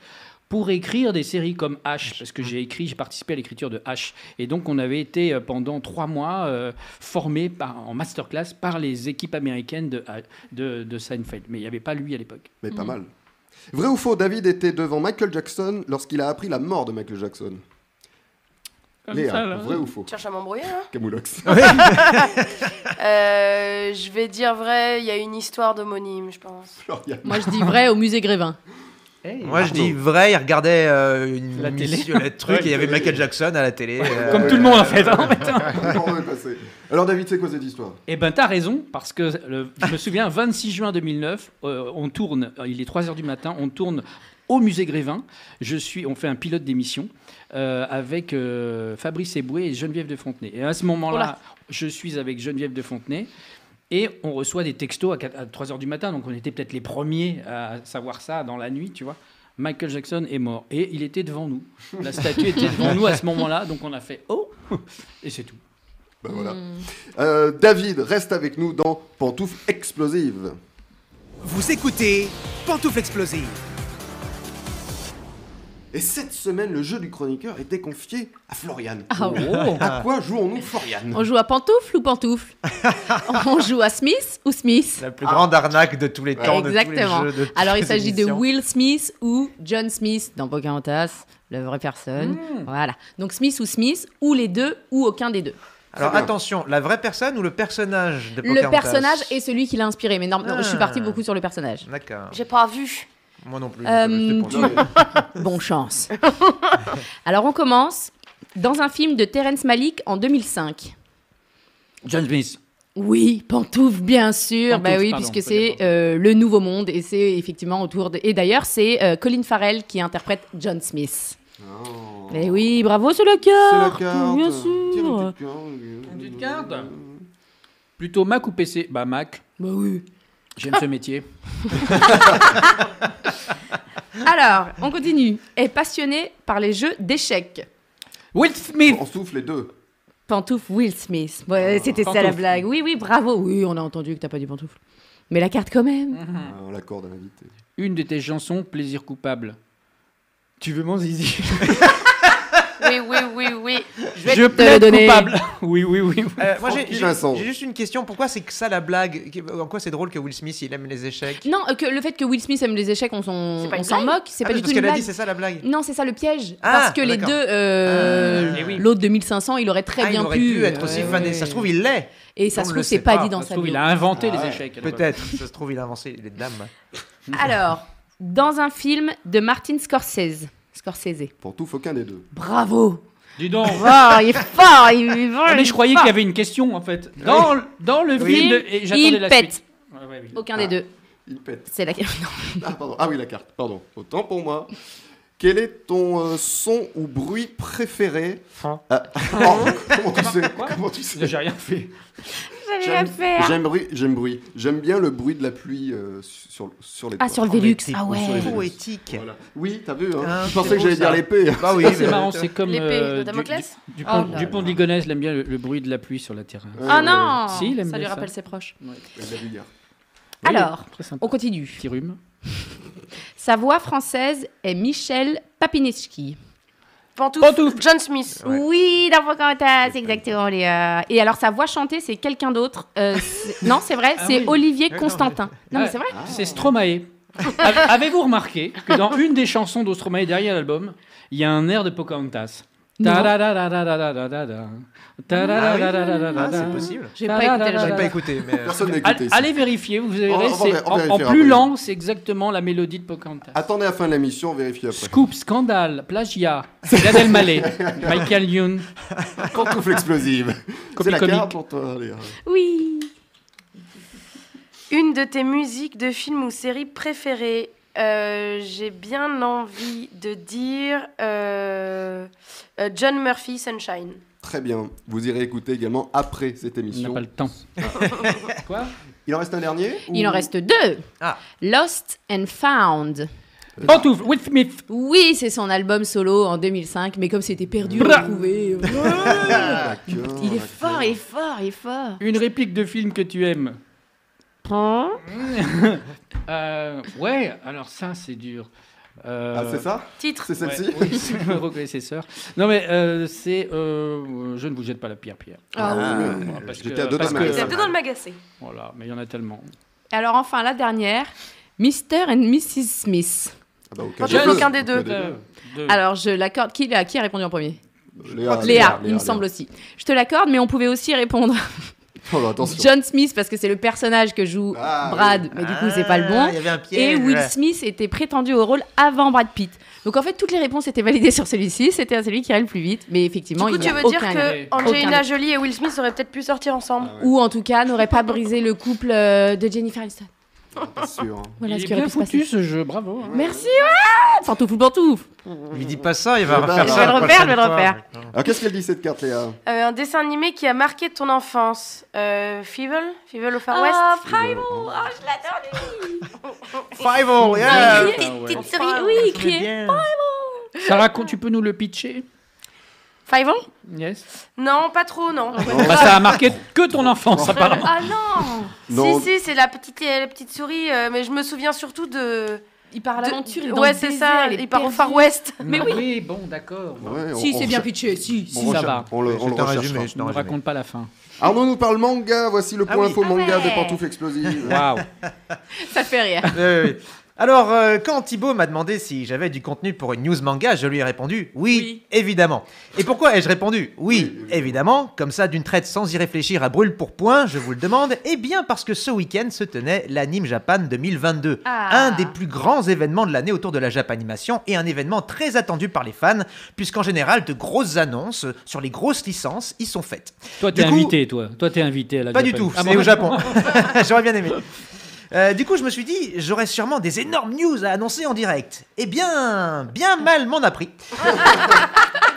pour écrire des séries comme H, parce que j'ai écrit, j'ai participé à l'écriture de H, et donc on avait été euh, pendant trois mois euh, formé par, en masterclass par les équipes américaines de, euh, de, de Seinfeld, mais il n'y avait pas lui à l'époque.
Mais pas mal. Vrai ou faux, David était devant Michael Jackson lorsqu'il a appris la mort de Michael Jackson. Léa, vrai ou faux
Tu cherches à m'embrouiller, hein. là
Camoulox.
Euh, Je vais dire vrai. Il y a une histoire d'homonyme, je pense.
Florian.
Moi, je dis vrai au musée Grévin.
Hey.
Moi je
Arnaud.
dis vrai, il regardait euh, une
La télé.
émission, le truc,
Ouais,
et il y avait
la télé.
Michael Jackson à la télé. euh,
Comme tout le monde en fait. hein, putain.
Bon, ouais, quoi, c'est- Alors, David, c'est quoi cette histoire
Eh ben, t'as raison, parce que le- je me souviens, 26 juin 2009, euh, on tourne, euh, il est 3 h du matin, on tourne au musée Grévin. Je suis, on fait un pilote d'émission euh, avec euh, Fabrice Eboué et Geneviève de Fontenay. Et à ce moment-là, je suis avec Geneviève de Fontenay. Et on reçoit des textos à, 4 à 3 h du matin, donc on était peut-être les premiers à savoir ça dans la nuit, tu vois. Michael Jackson est mort et il était devant nous. La statue était devant nous à ce moment-là, donc on a fait oh et c'est tout.
Ben voilà.
Hmm.
Euh, David, reste avec nous dans Pantoufles explosives.
Vous écoutez Pantoufle Explosive.
Et cette semaine, le jeu du chroniqueur était confié à Florian.
Ah ouais.
À quoi jouons-nous, Florian
On joue à pantoufle ou pantoufle On joue à Smith ou Smith
La plus grande arnaque de tous les temps,
Exactement.
de tous les jeux, de toutes
Alors il
les
s'agit de
émissions.
Will Smith ou John Smith dans Pocahontas, la vraie personne.
Hmm.
Voilà. Donc Smith ou Smith ou les deux ou aucun des deux.
Alors
Très bien.
attention, la vraie personne ou le personnage de
Le
Pocahontas
personnage est celui qui l'a inspiré, mais non, non, je suis
Ah.
partie beaucoup sur le personnage.
D'accord.
J'ai pas vu.
Moi non plus.
Euh,
je te
dis-
prends.
Bon chance. Alors on commence dans un film de Terrence Malick en 2005.
John Smith.
Oui, pantoufle, bien sûr.
Pantoufle,
bah oui,
pardon,
puisque
faut dire
c'est euh, le nouveau monde et c'est effectivement autour de. Et d'ailleurs, c'est euh, Colin Farrell qui interprète John Smith.
Oh,
Oh.
Mais oui, bravo, c'est la carte. Ah. Bien sûr.
Une petite carte Plutôt Mac ou PC Bah Mac.
Bah oui.
J'aime ce métier.
Alors, on continue. Est passionné par les jeux d'échecs.
Will Smith.
On souffle les deux.
Pantoufle Will Smith. Ouais,
Ah.
c'était ça la
pantoufle.
blague. Oui, oui, bravo. Mhm. Oui, on a entendu que t'as pas dit pantoufle. Mais la carte quand même.
Ah, on l'accorde à l'invité.
Une de tes chansons, Plaisir coupable. Tu veux mon zizi
Oui, oui, oui, oui.
Je plaide coupable. Oui, oui, oui. oui.
Euh, moi j'ai
Francky
j'ai-
Vincent.
j'ai juste une question, pourquoi c'est que ça la blague Qu- En quoi c'est drôle que Will Smith il aime les échecs
Non, euh, que le fait que Will Smith aime les échecs, on s'en
pas une
on s'en
blague
moque. C'est
Ah,
pas
mais
du
parce
tout une
qu'elle a dit,
blague.
c'est ça, la blague.
Non, c'est ça le piège.
Ah,
parce que les deux,
d'accord.
euh,
Ah. Eh oui.
l'autre de 1500, il aurait très
Ah, il
bien
aurait
pu,
pu être aussi
euh,
fané. Ça se trouve, il l'est.
Et ça
On
se
le
trouve, c'est
sait
pas dit dans
Ça se
sa
trouve,
bio.
il a inventé
Ah
les
ouais.
échecs. à l'époque. Peut-être. Ça se trouve, il a inventé les dames.
Alors, dans un film de Martin Scorsese. Scorsese.
Pantoufle, aucun des deux.
Bravo.
Dis donc.
Ah.
Fort, il est fort, il est fort,
Ah,
il
mais
est
je croyais
fort.
qu'il y avait une question en fait. Dans, le- dans le
Oui.
film. de- et j'attendais
il
la
pète.
suite. Ah. Ouais, ouais, oui.
Aucun des deux.
Il pète.
C'est la non.
Ah, pardon. Ah oui, la carte, pardon. Autant pour moi. Quel est ton euh, son ou bruit préféré
Hein?
Ah, oh, Comment tu sais Comment tu sais
J'ai rien fait.
J'allais
J'aime-
la faire.
J'aime bruit, j'aime bruit. J'aime bien le bruit de la pluie euh, sur, sur les
Ah,
toits.
sur le Vélux. Ah
Ou sur
ouais.
les Vélux.
Poétique.
Voilà. Oui, t'as vu, hein
Ah,
Je
c'est
pensais que
beau,
j'allais
ça.
dire hein. l'épée.
Bah oui,
Ça,
mais-
c'est marrant, c'est comme
L'épée
euh,
de
du-
Damoclès
du, du
Oh
pont,
là
du pont de Ligonnès, il aime bien le, le bruit de la pluie sur la terrasse.
Ah non
Euh, Si, il aime
Ça
bien
lui rappelle ses proches.
Ouais. Euh, Oui,
Alors,
très sympa.
on continue.
Petit rhume.
Sa voix française est Michel Papinetsky.
Pantoufle. John Smith.
Oui, dans Pocahontas, exactement. les, euh, Et alors, sa voix chantée, c'est quelqu'un d'autre. Euh, c'est- non, c'est vrai,
Ah
c'est
oui.
Olivier
Ah, non, Ah.
Constantin. Non, mais c'est vrai.
Ah.
C'est Stromae. Ave- Avez-vous remarqué que dans une des chansons de Stromae derrière l'album, il y a un air de Pocahontas
Non.
Ta-da-da-da-da-da-da-da-da. Ta-da-da-da-da-da-da-da.
Ah, c'est possible.
J'ai pas écouté le
Ta-da-da-da-da-da.
J'ai pas écouté, mais- euh, Personne n'a écouté
Allez-
ça.
Allez vérifier, vous
On- on
verrez.
va- Ah,
c'est-
on
en-
vérifie
En
après.
plus lent, c'est exactement la mélodie de Pocahontas.
Attendez à la fin de la mission, on vérifie après.
Scoop, scandale, plagiat, Gad Elmaleh, Michael Youn.
Pantoufle explosive. C'est la
Copie
carte
comique.
pour toi. allez, hein.
Oui.
Une de tes musiques de films ou séries préférées Euh, J'ai bien envie de dire euh, euh, John Murphy Sunshine.
Très bien. Vous irez écouter également après cette émission.
On n'a pas le temps. Quoi
Il en reste un dernier ou-
Il en reste deux.
Ah.
Lost and Found.
Pantoufle, Will Smith.
Oui, c'est son album solo en 2005, mais comme c'était perdu,
Bra-
retrouvé. euh,
Ah,
il est fort, il est fort, il est fort.
Une réplique de film que tu aimes.
Hein
Euh, ouais, alors ça, c'est dur. Euh,
Ah, c'est ça
Titre.
C'est celle-ci
ouais, oui, c'est ma reconnaisseur. Non, mais euh, c'est. euh, je ne vous jette pas la pierre, Pierre.
Ah
Ah, oui. oui.
Parce que-
J'étais à deux
parce
doigts
que-
de
J'étais dans le magacé.
Voilà, mais il y en a tellement.
Alors enfin, la dernière, Mr. and Mrs. Smith.
Ah bah, aucun
Pas de- aucun des deux.
Deux.
Alors, je l'accorde. Qui, à qui a répondu en premier
Ah, Léa,
Léa, il me semble aussi. Je te l'accorde, mais on pouvait aussi répondre
Oh, là, attention.
John Smith parce que c'est le personnage que joue
Ah,
Brad, mais du coup, c'est pas le bon.
il y avait un
Et
piège.
Will Smith était prétendu au rôle avant Brad Pitt. Donc en fait, toutes les réponses étaient validées sur celui-ci. C'était à celui qui allait le plus vite, mais effectivement,
du coup,
il
tu
n'y a
veux dire
aucun
que
lien.
Angelina
Aucun-
Jolie et Will Smith auraient peut-être pu sortir ensemble
ou en tout cas n'aurait pas brisé le couple euh, de Jennifer Aniston.
Pas sûr. hein.
Voilà
il
ce
est
qui aurait
bien
pu se
foutu
passer.
ce jeu, bravo. hein.
Merci. ouais pantoufle, pantoufle.
Lui dis pas ça, il va
Eh ben,
refaire ça.
alors. Je vais
la
le
refaire, je vais
prochaine
le refaire.
fois.
Alors, qu'est-ce qu'elle dit cette carte, Léa
Euh, Un dessin animé qui a marqué ton enfance euh, Fievel Fievel au Far West
Ah,
Fievel
Euh,
je l'adore.
Five-O, yeah
ouais.
Petite souris, oui,
Ça
qui
fait
est-
bien.
Sarah, con- tu peux nous le pitcher
Fievel
Yes.
Non, pas trop, non.
Bah, ça a marqué que ton enfance, apparemment.
Ah non
Non.
Si, si, c'est la petite, la petite souris, euh, mais je me souviens surtout de...
il part à
De-
l'aventure, il est
ouais,
dans le
c'est
désert,
ça,
il, est
il part au
perdu.
Far West.
Mais oui.
bon, d'accord.
Ouais,
si,
on-
c'est
on
bien
recher-
pitché. Si, si,
on
ça
recher-
va.
On le, on le recherchera.
ne raconte pas la fin.
Arnaud nous parle manga, voici le point
oui.
faux
Ah
manga
ouais.
des pantoufles explosives.
Waouh.
Ça fait rire.
Oui, oui. Alors, euh, quand Thibaut m'a demandé si j'avais du contenu pour une news manga, je lui ai répondu oui, évidemment. Et pourquoi ai-je répondu oui, évidemment Comme ça, d'une traite sans y réfléchir à brûle pour point, je vous le demande. Eh bien, parce que ce week-end se tenait l'Anime Japan 2022,
Ah.
un des plus grands événements de l'année autour de la Japanimation et un événement très attendu par les fans, puisqu'en général, de grosses annonces sur les grosses licences y sont faites.
Toi, t'es
Du coup,
invité, toi. Toi, t'es invité à la
pas du
Japan.
tout,
Ah,
c'est
bon
au Japon. J'aurais bien aimé. Euh, du coup, je me suis dit, j'aurais sûrement des énormes news à annoncer en direct. Eh bien, bien mal m'en a pris.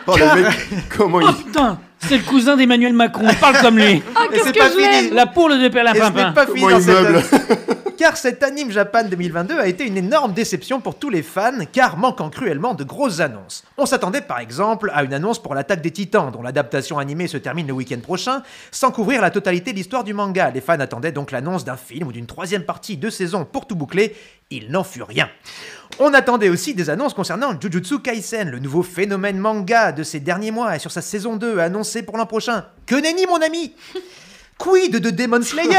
Oh, le mec, comment il.
Ah, Putain, c'est le cousin d'Emmanuel Macron. Parle comme lui.
Ah, qu'est-ce Et c'est que pas je fini. l'aime.
La hein. poule de Père
Et ce
Lapin.
n'est pas fini dans cette Car cet anime Japan 2022 a été une énorme déception pour tous les fans, car manquant cruellement de grosses annonces. On s'attendait par exemple à une annonce pour l'attaque des titans, dont l'adaptation animée se termine le week-end prochain, sans couvrir la totalité de l'histoire du manga. Les fans attendaient donc l'annonce d'un film ou d'une troisième partie de saison pour tout boucler. Il n'en fut rien. On attendait aussi des annonces concernant Jujutsu Kaisen, le nouveau phénomène manga de ces derniers mois et sur sa saison 2 annoncée pour l'an prochain. Que nenni mon ami Quid de Demon Slayer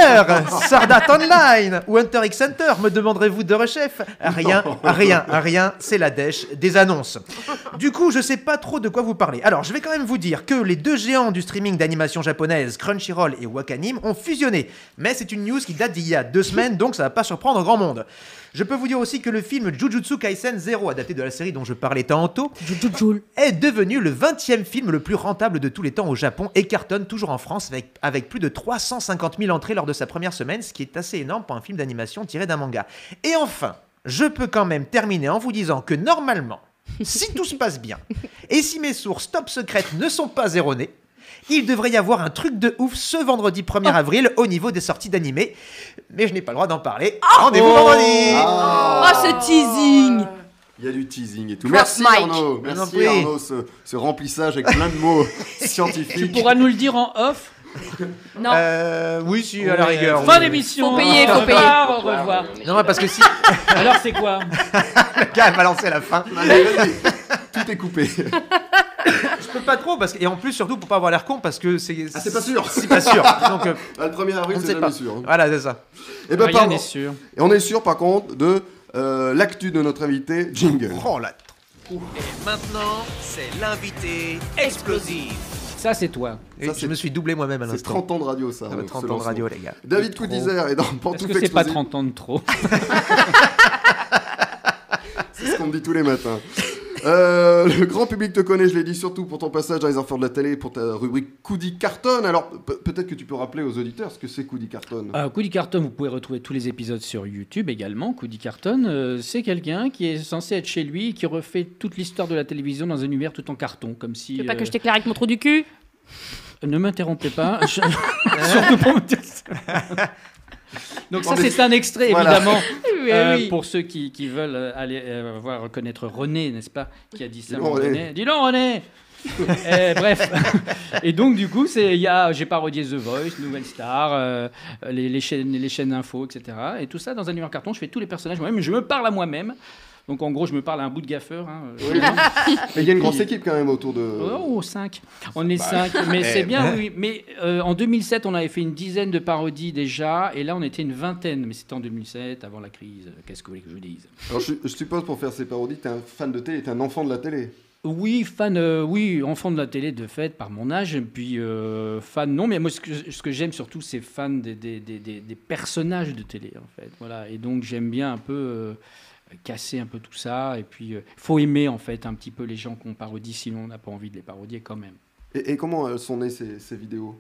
Sardat Online ou Hunter x Hunter Me demanderez-vous de rechef Rien, rien, rien, c'est la dèche des annonces. Du coup, je sais pas trop de quoi vous parler. Alors, je vais quand même vous dire que les deux géants du streaming d'animation japonaise, Crunchyroll et Wakanim, ont fusionné. Mais c'est une news qui date d'il y a deux semaines, donc ça va pas surprendre grand monde. Je peux vous dire aussi que le film Jujutsu Kaisen Zero, adapté de la série dont je parlais tantôt, est devenu le 20e film le plus rentable de tous les temps au Japon et cartonne toujours en France avec, avec plus de 350 000 entrées lors de sa première semaine, ce qui est assez énorme pour un film d'animation tiré d'un manga. Et enfin, je peux quand même terminer en vous disant que normalement, si tout se passe bien, et si mes sources top secrètes ne sont pas erronées, il devrait y avoir un truc de ouf ce vendredi 1er avril au niveau des sorties d'animés, mais je n'ai pas le droit d'en parler. Rendez-vous vendredi
Oh, ce teasing
Ah, Il y a du teasing et tout.
Cross
Merci
mic.
Arnaud,
Je vous en
merci
prie.
Arnaud, ce, ce remplissage avec plein de mots
Tu
scientifiques.
pourras nous le dire en off Non.
Euh, oui, si, à la
Ouais,
rigueur.
Fin
oui.
d'émission. Au revoir, Au revoir.
Non, mais parce que si.
Alors, c'est quoi
Eh Le gars a balancé la fin.
Allez, vas-y. Tout est coupé.
Je peux pas trop, parce que... et en plus, surtout pour pas avoir l'air con, parce que c'est.
Ah, c'est pas sûr.
C'est pas sûr. Donc, euh,
Ah, le 1er avril,
on ne
c'est
sait
jamais
pas. Ah,
sûr. hein.
Voilà, c'est ça.
Et ben,
Rien
pardon.
n'est sûr.
Et on est sûr, par contre, de euh, l'actu de notre invité, Jingle.
Oh là
Et maintenant, c'est l'invité explosif.
Ça, c'est toi.
Et je me suis doublé moi-même à
C'est
l'instant.
30 ans de radio, ça.
Ah, bah,
euh,
30
ce
ans de
lancement.
radio, les gars.
David
Trop.
Coudizer est dans
Est-ce
Pantoufle
que c'est pas
Explosive.
30 ans de trop
C'est ce qu'on me dit tous les matins. Euh, le grand public te connaît, je l'ai dit surtout pour ton passage dans les enfants de la télé, pour ta rubrique Coudi Carton. Alors pe- peut-être que tu peux rappeler aux auditeurs ce que c'est Coudi Carton.
Euh, Coup du carton, vous pouvez retrouver tous les épisodes sur YouTube également. Coup du carton, euh, c'est quelqu'un qui est censé être chez lui et qui refait toute l'histoire de la télévision dans un univers tout en carton, comme si.
Tu veux pas que je
euh,
t'éclaire avec mon trou du cul
Ne m'interrompez pas. je- Surtout pour me dire ça. Donc ça, c'est un extrait,
Voilà.
évidemment,
Oui,
euh,
Eh oui.
pour ceux qui, qui veulent euh, aller euh, voir reconnaître René, n'est-ce pas, qui a dit ça. à un
donc,
moment
René.
donné. Dis donc, René Eh, bref, et donc du coup, c'est il y a j'ai parodié The Voice, Nouvelle Star, euh, les, les chaînes les chaînes info, etc. Et tout ça dans un univers carton. Je fais tous les personnages moi-même, je me parle à moi-même. Donc en gros, je me parle à un bout de gaffeur. hein, euh,
Oui.
Ah,
Mais il y a une grosse équipe quand même autour de.
Oh, 5. On est
Bah,
5. Mais
eh
c'est
ben.
bien, oui. Mais euh, en 2007, on avait fait une dizaine de parodies déjà. Et là, on était une vingtaine. Mais c'était en 2007, avant la crise. euh, Qu'est-ce que vous voulez que je vous dise
Alors je, je suppose pour faire ces parodies, t'es un fan de télé, t'es un enfant de la télé.
Oui, fan, euh, oui, enfant de la télé de fait par mon âge, et puis euh, fan non, mais moi ce que, ce que j'aime surtout c'est fan des, des, des- des- des personnages de télé en fait, voilà, et donc j'aime bien un peu euh, casser un peu tout ça, et puis euh, faut aimer en fait un petit peu les gens qu'on parodie, sinon on n'a pas envie de les parodier quand même.
Et, et comment elles sont nées ces, ces vidéos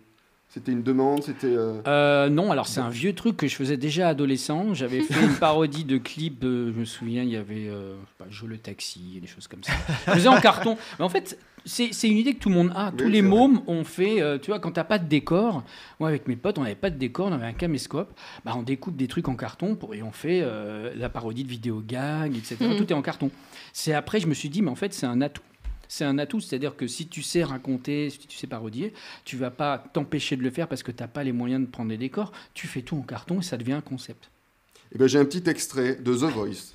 C'était une demande, c'était. euh,
Euh, non, alors c'est un vieux truc que je faisais déjà adolescent. J'avais fait une parodie de clip, euh, je me souviens, il y avait euh, je sais pas, Je le taxi, des choses comme ça. Je faisais en carton. Mais en fait, c'est c'est une idée que tout le monde a. Tous
Oui,
les
c'est vrai.
mômes ont fait, euh, tu vois, quand t'as pas de décor, moi avec mes potes, on n'avait pas de décor, on avait un caméscope, bah, on découpe des trucs en carton pour, et on fait euh, la parodie de vidéo gag, etc.
Hmm.
Mhm.
Tout est en carton. C'est après, je me suis dit, mais en fait, c'est un atout. C'est un atout, c'est-à-dire que si tu sais raconter, si tu sais parodier, tu vas pas t'empêcher de le faire parce que t'as pas les moyens de prendre des décors. Tu fais tout en carton et ça devient un concept.
Eh ben j'ai un petit extrait de The Voice.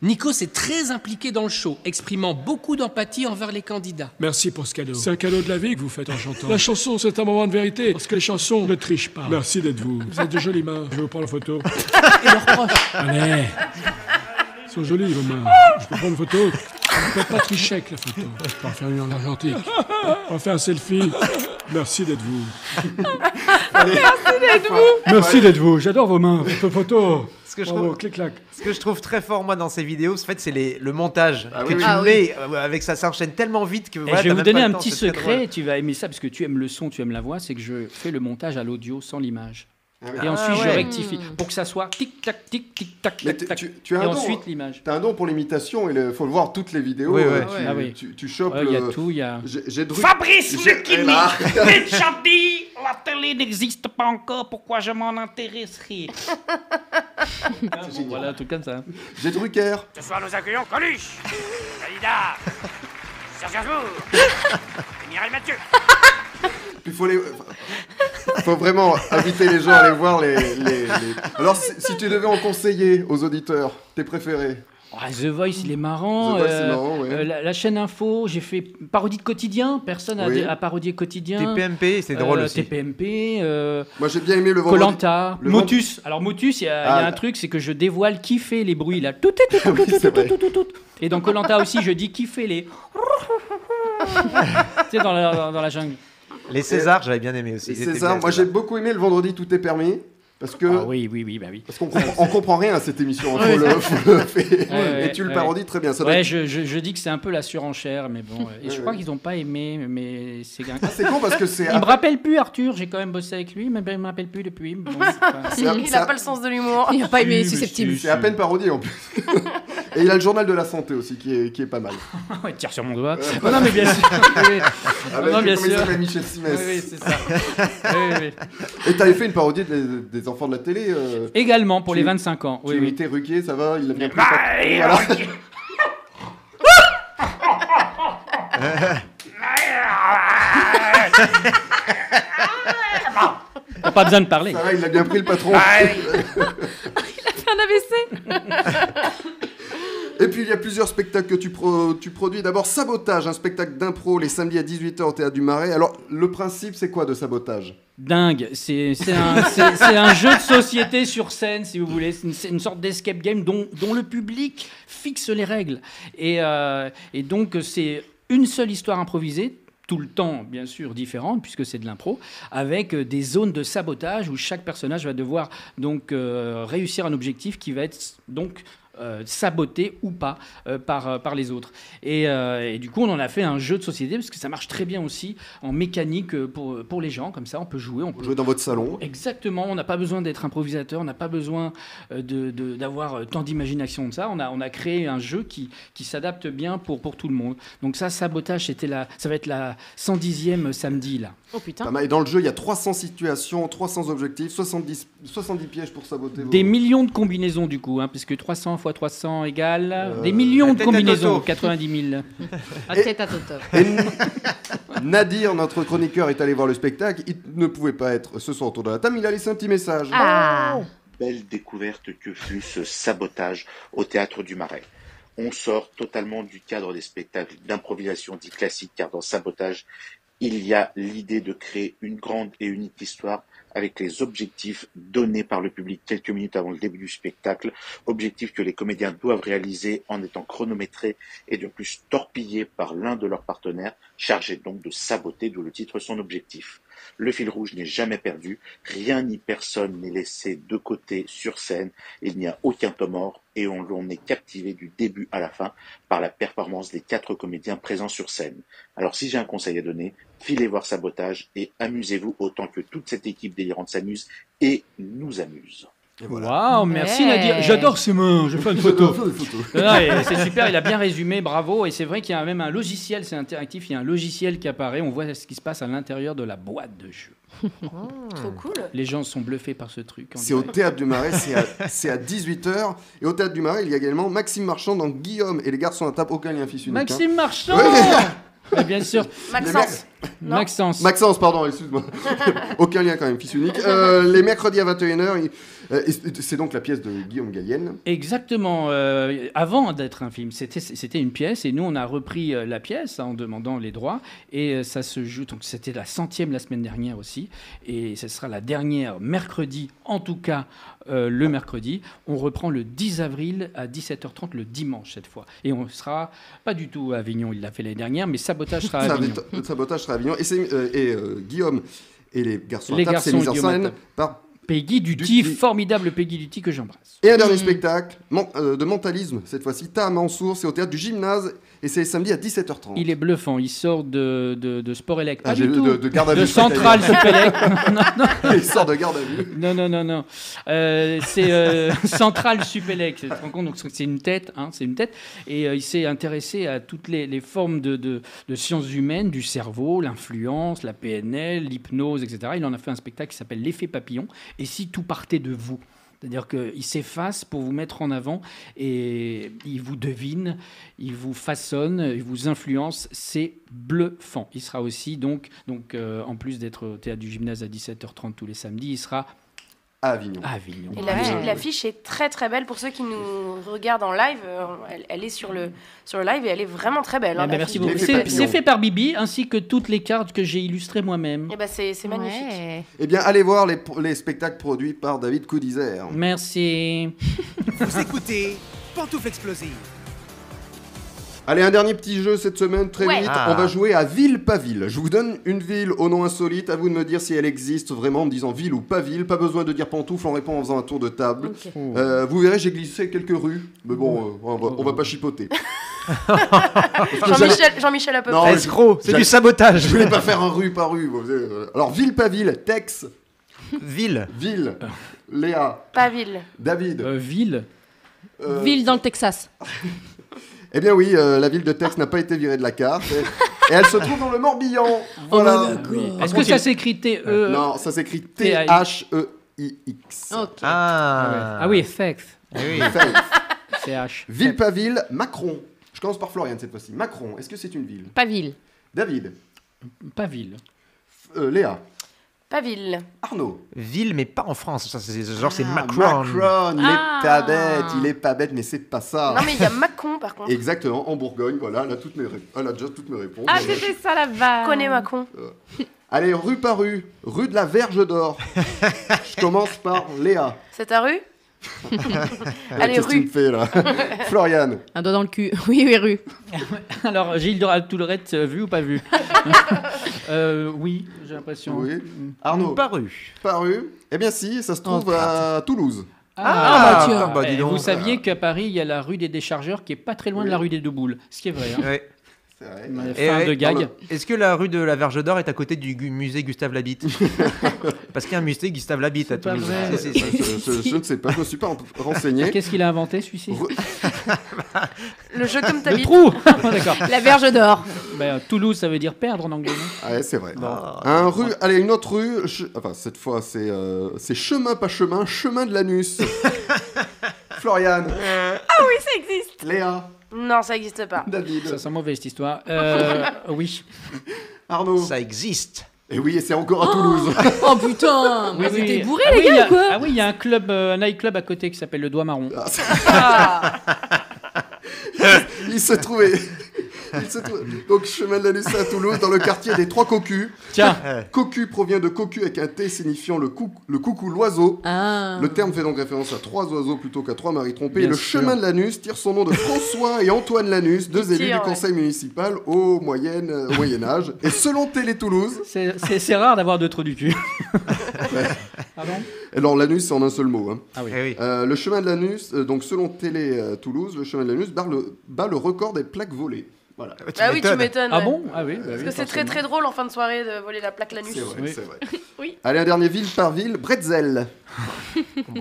Nico s'est très impliqué dans le show, exprimant beaucoup d'empathie envers les candidats.
Merci pour ce cadeau. C'est un cadeau de la vie que vous faites en chantant. La chanson, c'est un moment de vérité, parce que les chansons ne trichent pas. Merci d'être vous. Vous êtes de jolies mains. Je vais vous prendre la photo.
Et leurs proches.
Allez Elles sont jolies, vos mains. Je peux prendre une photo Je ne peux pas tricher avec la photo. Je peux en faire une en argentique. On fait un selfie. Merci d'être vous.
Merci d'être vous.
Merci d'être vous. J'adore vos mains. Votre photo.
Ce que, je
Bravo,
trouve, ce que je trouve très fort moi dans ces vidéos, en fait, c'est les- le montage
oui,
que tu
oui. Ah
mets euh, avec ça s'enchaîne tellement vite que.
Et
voilà,
Eh, je vais
t'as
vous
même pas
donner
le
un
temps,
petit
c'est très drôle.
secret, tu vas aimer ça parce que tu aimes le son, tu aimes la voix, c'est que je fais le montage à l'audio sans l'image.
oui.
Et
Ah
ensuite je
ouais.
rectifie pour que ça soit tic tac tic tic tac
Mais
tac. tac.
Tu as
Et
un don,
ensuite
hein.
l'image.
T'as un don pour l'imitation, il faut le voir toutes les vidéos.
Oui,
euh,
ouais.
tu,
Ah oui.
tu, tu chopes.
Ouais, il y a
le-
tout, il y a-
J'ai- j'ai Dru-
Fabrice
j'ai- Eh
Lucchini,
là.
Richardi, la télé n'existe pas encore, pourquoi je m'en intéresserai
Ah, Voilà, un truc comme ça.
J'ai Drucker.
Ce soir, nous accueillons Coluche, Dalida, Serge Gainsbourg et Mireille Mathieu.
Puis faut les. Faut vraiment inviter les gens à aller voir les. les- les- Alors si, si tu devais en conseiller aux auditeurs, tes préférés.
Ah, The Voice, il est marrant.
The Voice,
euh,
c'est marrant, ouais.
euh, la, la chaîne Info, j'ai fait parodie de quotidien. Personne n'a
Oui.
dé- a parodié quotidien.
TPMP,
Euh,
c'est drôle aussi.
TPMP. euh,
Moi j'ai bien aimé le vendredi-
Colanta,
le
Motus. Alors Motus, il y, a il y
Ah,
a
là.
un truc, c'est que je dévoile qui fait les bruits là. Tout, tout, tout, tout, tout, tout, tout, tout, tout. Et dans Colanta aussi, je dis qui fait les. tu sais, dans la, dans, dans la jungle.
Les Césars, j'avais bien aimé aussi.
Et
Ils étaient
César,
bien,
moi
César.
j'ai beaucoup aimé le vendredi tout est permis. Parce que.
oui, oui, oui, bah oui.
Parce qu'on comprend, on comprend rien à cette émission.
Ouais.
Faut le, faut le faire.
Ouais, ouais,
et tu le
ouais.
parodies très bien. Ça doit
ouais,
être-
je, je- je dis que c'est un peu la surenchère, mais bon. euh, Et
Ouais,
je crois
ouais.
qu'ils n'ont pas aimé, mais c'est
C'est con parce que c'est-
Il me rappelle plus Arthur, j'ai quand même bossé avec lui, mais ben, il me rappelle plus depuis. Bon, c'est pas-
Il n'a pas le sens de l'humour.
Il n'a pas aimé
C'est
susceptible.
à peine parodié en plus. Et il a le journal de la santé aussi qui est, qui est pas mal.
ouais, tire sur mon doigt.
Euh,
Non, non, mais bien sûr. Oui, oui.
Avec,
Ah, Non, non, bien
comment il
sûr.
s'appelle, Michel Simès.
Oui, oui, c'est ça. Oui, oui, oui.
Et t'avais fait une parodie des, des enfants de la télé euh,
Également pour
tu-
les 25 ans. Oui, Ah
tu
oui.
imitais Ruquier, ça va Il a bien pris.
et
Voilà.
T'as pas besoin de parler.
Ça va, il a bien pris le patron.
Ah,
Il a fait un AVC.
Et puis il y a plusieurs spectacles que tu, pro- tu produis. D'abord Sabotage, un spectacle d'impro les samedis à 18h au Théâtre du Marais. Alors le principe c'est quoi de Sabotage
Dingue, c'est c'est un, c'est- c'est un jeu de société sur scène, si vous voulez. C'est une, c'est une sorte d'escape game dont, dont le public fixe les règles. Et, euh, et donc, c'est une seule histoire improvisée, tout le temps, bien sûr, différente, puisque c'est de l'impro, avec euh, des zones de sabotage où chaque personnage va devoir donc euh, réussir un objectif qui va être donc. euh, saboté ou pas euh, par, euh, par les autres. Et, euh, et du coup, on en a fait un jeu de société parce que ça marche très bien aussi en mécanique euh, pour, pour les gens. Comme ça, on peut jouer, on peut
Jouer dans votre salon.
Exactement, on n'a pas besoin d'être improvisateur, on n'a pas besoin euh, de- de- d'avoir euh, tant d'imagination de ça. On a, on a créé un jeu qui, qui s'adapte bien pour, pour tout le monde. Donc ça, Sabotage, c'était la, ça va être la 110e samedi, là.
Oh putain.
Pas mal. Et dans le jeu il y a 300 situations, 300 objectifs, 70, 70 pièges pour saboter. vos-
Des millions de combinaisons, du coup, hein, puisque 300 fois 300 égale...
Euh,
des millions
la
de
tête à
combinaisons,
Toto.
90 000.
Ah, tête à toto.
Et Nadir, notre chroniqueur, est allé voir le spectacle. Il ne pouvait pas être ce soir autour de la table. Il a laissé un petit message.
Ah.
Belle découverte que fut ce sabotage au théâtre du Marais. On sort totalement du cadre des spectacles d'improvisation dits classiques, car dans Sabotage, il y a l'idée de créer une grande et unique histoire avec les objectifs donnés par le public quelques minutes avant le début du spectacle, objectifs que les comédiens doivent réaliser en étant chronométrés et de plus torpillés par l'un de leurs partenaires, chargé donc de saboter, d'où le titre son objectif. Le fil rouge n'est jamais perdu, rien ni personne n'est laissé de côté sur scène, il n'y a aucun temps mort et on l'on est captivé du début à la fin par la performance des quatre comédiens présents sur scène. Alors si j'ai un conseil à donner, filez voir Sabotage et amusez-vous autant que toute cette équipe délirante s'amuse et nous amuse.
Waouh, merci
Ouais.
Nadir. J'adore ses mains, je fais une photo. Non, non, et c'est super, il a bien résumé, bravo. Et c'est vrai qu'il y a même un logiciel, c'est interactif, il y a un logiciel qui apparaît, on voit ce qui se passe à l'intérieur de la boîte de jeu.
Trop cool.
Les gens sont bluffés par ce truc. on
C'est au
dirait.
Théâtre du Marais, c'est à, 18h. Et au Théâtre du Marais, il y a également Maxime Marchand dans Guillaume et les garçons à table, aucun lien fils unique. hein.
Maxime Marchand Mais Bien sûr.
Maxence.
Non. Maxence.
Maxence, pardon, excuse-moi. aucun lien quand même, fils unique. Euh, les mercredis à 21h, il- Euh, et c'est- c'est donc la pièce de Guillaume Gallienne.
Exactement. euh, avant d'être un film, c'était c'était une pièce et nous on a repris euh, la pièce hein, en demandant les droits et euh, ça se joue. Donc c'était la centième la semaine dernière aussi et ce sera la dernière mercredi, en tout cas euh, le mercredi. On reprend le 10 avril à 17h30 le dimanche cette fois et on sera pas du tout à Avignon. Il l'a fait l'année dernière, mais sabotage sera à
Ça,
Avignon.
le sabotage sera à Avignon. Et, c'est, euh, et, euh, Guillaume et les garçons
Les
à table, c'est
garçons
mis
et
en
Guillaume à
scène
table.
par
Peggy Duty, formidable Peggy Duty que j'embrasse.
Et un dernier spectacle man- euh, de mentalisme, cette fois-ci, Taha Mansour, c'est au théâtre du gymnase et c'est samedi à 17h30.
Il est bluffant, il sort de, de, de Sport Elect.
Ah,
Pas
j'ai-
du tout.
de- de garde à vue, je crois
Central
que t'allais
Sport
dire.
Elect. Non, non.
Il sort de garde à vue.
Non, non, non, non. Euh, c'est euh, Central Supélec. Tu te rends compte, donc, c'est une tête, hein, c'est une tête. Et euh, il s'est intéressé à toutes les, les formes de, de- de sciences humaines, du cerveau, l'influence, la PNL, l'hypnose, etc. Il en a fait un spectacle qui s'appelle L'effet papillon. Et si tout partait de vous c'est-à-dire qu'il s'efface pour vous mettre en avant et il vous devine, il vous façonne, il vous influence. C'est bluffant. Il sera aussi, donc, donc euh, en plus d'être au théâtre du gymnase à 17h30 tous les samedis, il sera
à Avignon.
Et l'affiche l'affiche est très très belle pour ceux qui nous regardent en live. euh, Elle, elle est sur le, sur le live et elle est vraiment très belle. hein,
Ah bah, merci
l'affiche.
beaucoup. C'est c'est fait par Bibi ainsi que toutes les cartes que j'ai illustrées moi-même.
Eh ben, c'est c'est magnifique.
Eh bien, allez voir les, les spectacles produits par David Coudizer.
ben.
Merci.
Vous écoutez Pantoufle Explosive.
Allez, un dernier petit jeu cette semaine, très
Ouais.
vite.
Ah.
On va jouer à ville, pas ville. Je vous donne une ville au nom insolite, à vous de me dire si elle existe vraiment en me disant ville ou pas ville. Pas besoin de dire pantoufle, on répond en faisant un tour de table. Euh, vous verrez, j'ai glissé quelques rues, mais bon, euh, on, va, on va pas chipoter.
Jean-Michel Jean-Michel à peu
Non,
près.
Escroc, c'est du sabotage.
Je voulais pas faire un rue par rue. vous savez, euh, Alors, ville, pas ville, Tex.
Ville.
Ville. Léa.
Pas ville.
David.
Euh,
Euh,
Euh,
ville.
Euh,
Ville dans le Texas.
Eh bien oui, euh, la ville de Tex n'a pas été virée de la carte. Et, et elle se trouve dans le Morbihan. Voilà.
Ah Est-ce que ça s'écrit
euh,
T-E
Non, ça s'écrit E
T-H.
T-H-E-I-X.
Ah. Eh
Ah oui, sexe.
oui.
CH.
Ville pas ville, Macron. Je commence par Florian cette fois-ci. Macron, est-ce que c'est une ville
Pas ville.
David. euh,
Pas ville.
Léa.
Pas ville.
Arnaud.
Ville, mais pas en France. Ça, c'est, genre, c'est Macron.
Ah, Macron, il
Ah.
est pas bête, il est pas bête, mais c'est pas ça.
Non mais il y a Macon par contre.
Exactement, en Bourgogne, voilà, elle a, toutes mes ré- elle a déjà toutes mes réponses.
Ah,
Voilà.
c'était ça là-bas. Je connais Macon.
Allez, rue par rue, rue de la Verge d'Or. Je commence par Léa.
C'est ta rue Allez,
Qu'est-ce que tu
rue.
me fais là Florian.
Un doigt dans le cul. Oui, oui, rue.
Alors, Gilles de Toulorette, vu ou pas vu Euh, Oui, j'ai l'impression.
Oui. Arnaud.
Paru.
Paru. Eh bien si, ça se trouve à Toulouse.
Ah, bah, tiens. Ah, bah, dis
Eh,
donc.
Vous saviez qu'à Paris, il y a la rue des déchargeurs qui est pas très loin de la rue des deux boules. Ce qui est vrai. hein.
Ouais.
Mais
Et
Fin
ouais,
de
dans
gag.
le- Est-ce que la rue de la Verge d'Or est à côté du gu- musée Gustave Labitte Parce qu'il y a un musée Gustave Labitte à
pas
Toulouse.
vrai.
Si, si, si.
Je, je- je ne sais pas, je ne suis pas en- renseigné.
Qu'est-ce qu'il a inventé, celui-ci
Le jeu comme ta
Le
vie.
trou D'accord.
La Verge d'Or.
Ben, Toulouse, ça veut dire perdre en anglais. non
Ah ouais, c'est vrai. Un rue, allez, une autre rue. che- Enfin, cette fois, c'est euh, c'est chemin, pas chemin, chemin de l'anus. Florian.
Ah oui, ça existe.
Léa.
Non, ça n'existe pas.
David.
Ça sent mauvais cette histoire. Euh, oui.
Arnaud.
Ça existe.
Et oui, et c'est encore à Toulouse.
Oh putain
Oui,
Vous étiez
oui.
bourrés,
Ah
les
oui, il y
gars,
a-
ou quoi
Ah oui, il y a un club, euh, un nightclub à côté qui s'appelle le Doigt Marron.
Ah.
Ah.
il se trouvait. il se trouvait- Donc, chemin de l'anus à Toulouse, dans le quartier des Trois Cocus.
Tiens.
Cocu provient de cocu avec un T signifiant le, cou- le coucou, l'oiseau.
ah
Le terme fait donc référence à trois oiseaux plutôt qu'à trois maris trompés.
Bien
le
sûr.
chemin de l'anus tire son nom de François et Antoine Lanus, deux
tire,
élus du
ouais.
conseil municipal au Moyen, euh, au Moyen Âge. Et selon Télé Toulouse,
C'est- C'est c'est rare d'avoir deux trous du cul.
alors l'anus c'est en un seul mot. hein.
Ah oui.
Eh
Euh, le chemin de l'anus, euh, donc selon Télé euh, Toulouse, le chemin de l'anus bat le, bat le record des plaques volées. Voilà.
Bah oui, tu m'étonnes.
Ah
ouais.
bon Ah oui. bah
Parce
oui,
que c'est très
forcément.
très drôle en fin de soirée de voler la plaque l'anus.
C'est vrai,
Oui.
c'est vrai.
Oui.
Allez, un dernier ville par ville, Bretzel.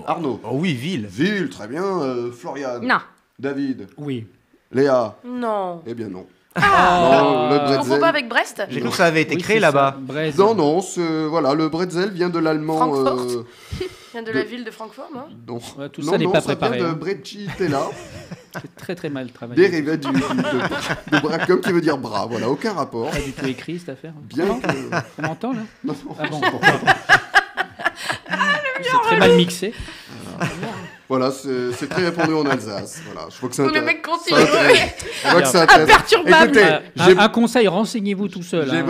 Arnaud.
Oh oui, ville.
Ville, très bien. Euh, Florian.
Non.
David.
Oui.
Léa.
Non.
Eh bien non.
Ah
Non, le
Tu
bretzel.
confonds pas avec Brest
J'ai cru que ça avait été créé là-bas.
Non, non, ce- voilà, le bretzel vient de l'allemand.
Francfort.
euh,
Vient de la
de-
ville de Francfort, moi.
non.
Ouais, tout
Non,
ça n'est
non,
pas
vient
préparé, hein.
de Brecitella,
C'est très très mal travaillé.
dérivé du, du- de, de bracum qui veut dire bras. Voilà, aucun rapport.
Pas du tout écrit cette affaire.
Bien que-
On m'entend là
Non,
Ah bon. C'est très mal mixé.
Voilà, c'est c'est très répandu en Alsace. Voilà, je crois que ça
Le
intéresse-
mec continue,
ça intéresse-
ouais.
Je crois que
Ah,
ça intéresse.
Imperturbable.
Écoutez,
Euh, Un-
j'ai-
un, conseil, renseignez-vous tout seul.
j'ai-
hein.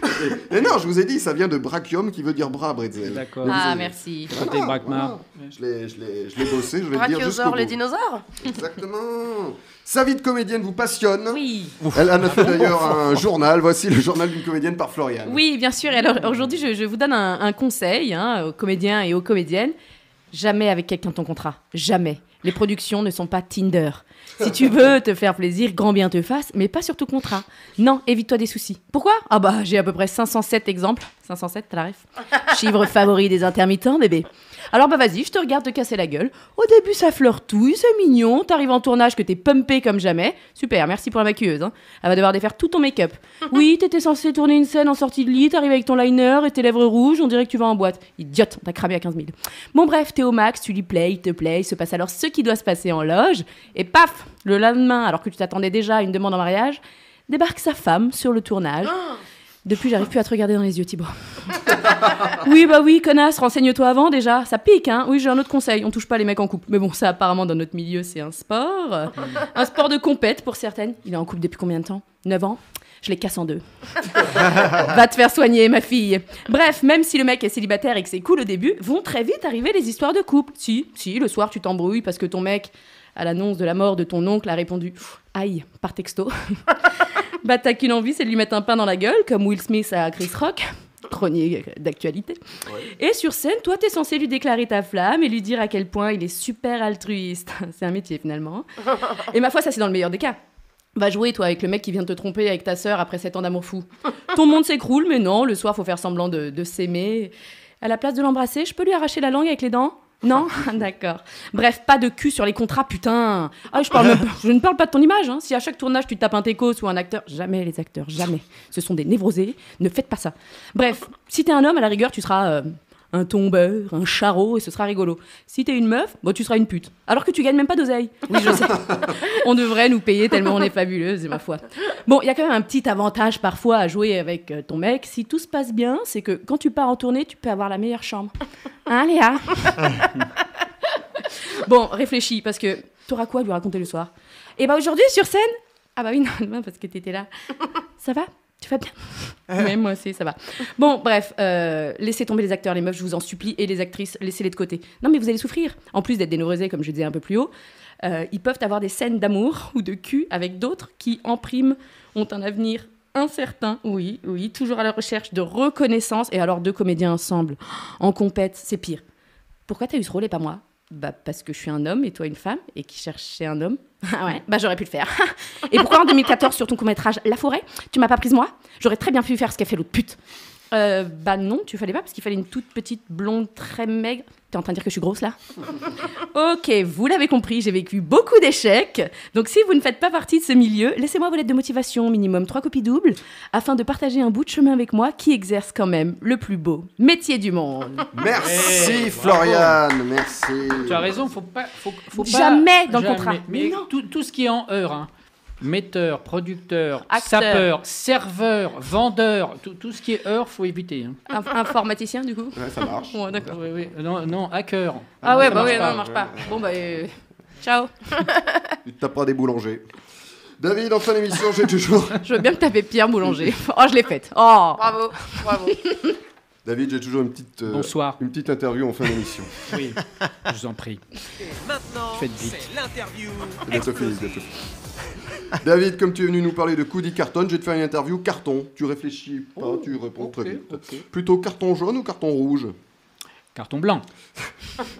Mais Eh non, je vous ai dit, ça vient de brachium qui veut dire bras, Bretzel.
D'accord.
Donc,
Ah,
vous-
merci.
Ah,
Côté braquemar.
voilà. Je l'ai- je l'ai je l'ai bossé, je vais le dire jusqu'au
Brachiosaure, le
bout.
dinosaure
Exactement. Sa vie de comédienne vous passionne.
Oui.
Elle en a fait d'ailleurs un journal. Voici le journal d'une comédienne par Florian.
Oui, bien sûr. Et alors aujourd'hui, je, je vous donne un, un conseil hein, aux comédiens et aux comédiennes. Jamais avec quelqu'un ton contrat. Jamais. Les productions ne sont pas Tinder. Si tu veux te faire plaisir, grand bien te fasse, mais pas sur ton contrat. Non, évite-toi des soucis. Pourquoi Ah bah, j'ai à peu près 507 exemples. 507, t'as la ref Chivre favori des intermittents, bébé. Alors bah vas-y, je te regarde te casser la gueule. Au début, ça fleurtouille, c'est mignon. T'arrives en tournage que t'es pumpé comme jamais. Super, merci pour la maquilleuse. hein. Elle va devoir défaire tout ton make-up. Oui, t'étais censé tourner une scène en sortie de lit, t'arrives avec ton liner et tes lèvres rouges, on dirait que tu vas en boîte. Idiote, on t'a cramé à 15 000. Bon bref, t'es au max, tu lui plais, il te plaît, il se passe alors ce qui doit se passer en loge. Et paf, le lendemain, alors que tu t'attendais déjà à une demande en mariage, débarque sa femme sur le tournage. Depuis, j'arrive plus à te regarder dans les yeux, Thibaut. Oui, bah oui, connasse, renseigne-toi avant déjà. Ça pique, hein. Oui, j'ai un autre conseil. On touche pas les mecs en couple. Mais bon, ça, apparemment, dans notre milieu, c'est un sport. Un sport de compète pour certaines. Il est en couple depuis combien de temps 9 ans Je les casse en deux. Va te faire soigner, ma fille. Bref, même si le mec est célibataire et que c'est cool au début, vont très vite arriver les histoires de couple. Si, si, le soir, tu t'embrouilles parce que ton mec, à l'annonce de la mort de ton oncle, a répondu Aïe, par texto. bah, t'as qu'une envie, c'est de lui mettre un pain dans la gueule, comme Will Smith à Chris Rock. Chronique d'actualité. Et sur scène, toi, t'es censé lui déclarer ta flamme et lui dire à quel point il est super altruiste. C'est un métier finalement. hein. Et ma foi, ça c'est dans le meilleur des cas. Va jouer toi avec le mec qui vient de te tromper avec ta sœur après 7 ans d'amour fou. Ton monde s'écroule, mais non, le soir faut faire semblant de, de s'aimer. À la place de l'embrasser, je peux lui arracher la langue avec les dents Non D'accord. Bref, pas de cul sur les contrats, putain. Ah, je, parle même pas- je ne parle pas de ton image. hein. Si à chaque tournage tu tapes un técos ou un acteur, jamais les acteurs, jamais. Ce sont des névrosés, ne faites pas ça. Bref, si t'es un homme, à la rigueur, tu seras euh, un tombeur, un charrot et ce sera rigolo. Si t'es une meuf, bah, tu seras une pute. Alors que tu gagnes même pas d'oseille. Oui, je sais. on devrait nous payer tellement on est fabuleuse, ma foi. Bon, il y a quand même un petit avantage parfois à jouer avec euh, ton mec. Si tout se passe bien, c'est que quand tu pars en tournée, tu peux avoir la meilleure chambre. Hein, Léa Bon, réfléchis, parce que t'auras quoi à lui raconter le soir Et bah aujourd'hui, sur scène Ah bah oui, non, demain, parce que t'étais là. Ça va Tu vas bien Ouais, moi aussi, ça va. Bon, bref, euh, laissez tomber les acteurs, les meufs, je vous en supplie, et les actrices, laissez-les de côté. Non, mais vous allez souffrir. En plus d'être dénorisés, comme je disais un peu plus haut, euh, ils peuvent avoir des scènes d'amour ou de cul avec d'autres qui, en prime, ont un avenir incertain. Oui, oui, toujours à la recherche de reconnaissance. Et alors, deux comédiens ensemble, en compète, c'est pire. Pourquoi t'as eu ce rôle et pas moi Bah parce que je suis un homme et toi une femme et qui cherchait un homme. Ah ouais, bah j'aurais pu le faire. et pourquoi en 2014 sur ton court-métrage La Forêt, tu m'as pas prise moi J'aurais très bien pu faire ce qu'a fait l'autre pute. Euh, bah non, tu fallais pas parce qu'il fallait une toute petite blonde très maigre. T'es en train de dire que je suis grosse là Ok, vous l'avez compris, j'ai vécu beaucoup d'échecs. Donc si vous ne faites pas partie de ce milieu, laissez-moi vos lettres de motivation, minimum trois copies doubles, afin de partager un bout de chemin avec moi qui exerce quand même le plus beau métier du monde.
Merci
Hey,
Florian, merci.
Eh, Tu as raison, faut pas, faut, faut pas-
Jamais dans le contrat.
Mais, tout, tout ce qui est en heure, hein. metteur, producteur,
Acteur.
sapeur, serveur, vendeur, tout, tout ce qui est heure, faut éviter. hein.
Inf- informaticien du coup
Ouais, ça marche.
Ouais, d'accord.
Ah Oui, oui. Non, non, hacker.
Ah
Non,
ouais, bah
ça marche
oui, non,
pas.
ça marche pas. Bon bah, euh, ciao.
Tu te taperas des boulangers. David, en fin d'émission, j'ai toujours.
Je veux bien que t'avais Pierre Boulanger. Oh, je l'ai faite. Oh
Bravo, bravo.
David, j'ai toujours une petite. euh,
Bonsoir.
Une petite interview en fin d'émission.
Oui, je vous en prie.
Maintenant,
Faites vite.
c'est l'interview.
C'est bientôt fini, c'est bientôt fini. David, comme tu es venu nous parler de Coody Carton, je vais te faire une interview carton. Tu réfléchis pas,
Oh,
tu réponds très vite. Plutôt carton jaune ou carton rouge
Carton blanc.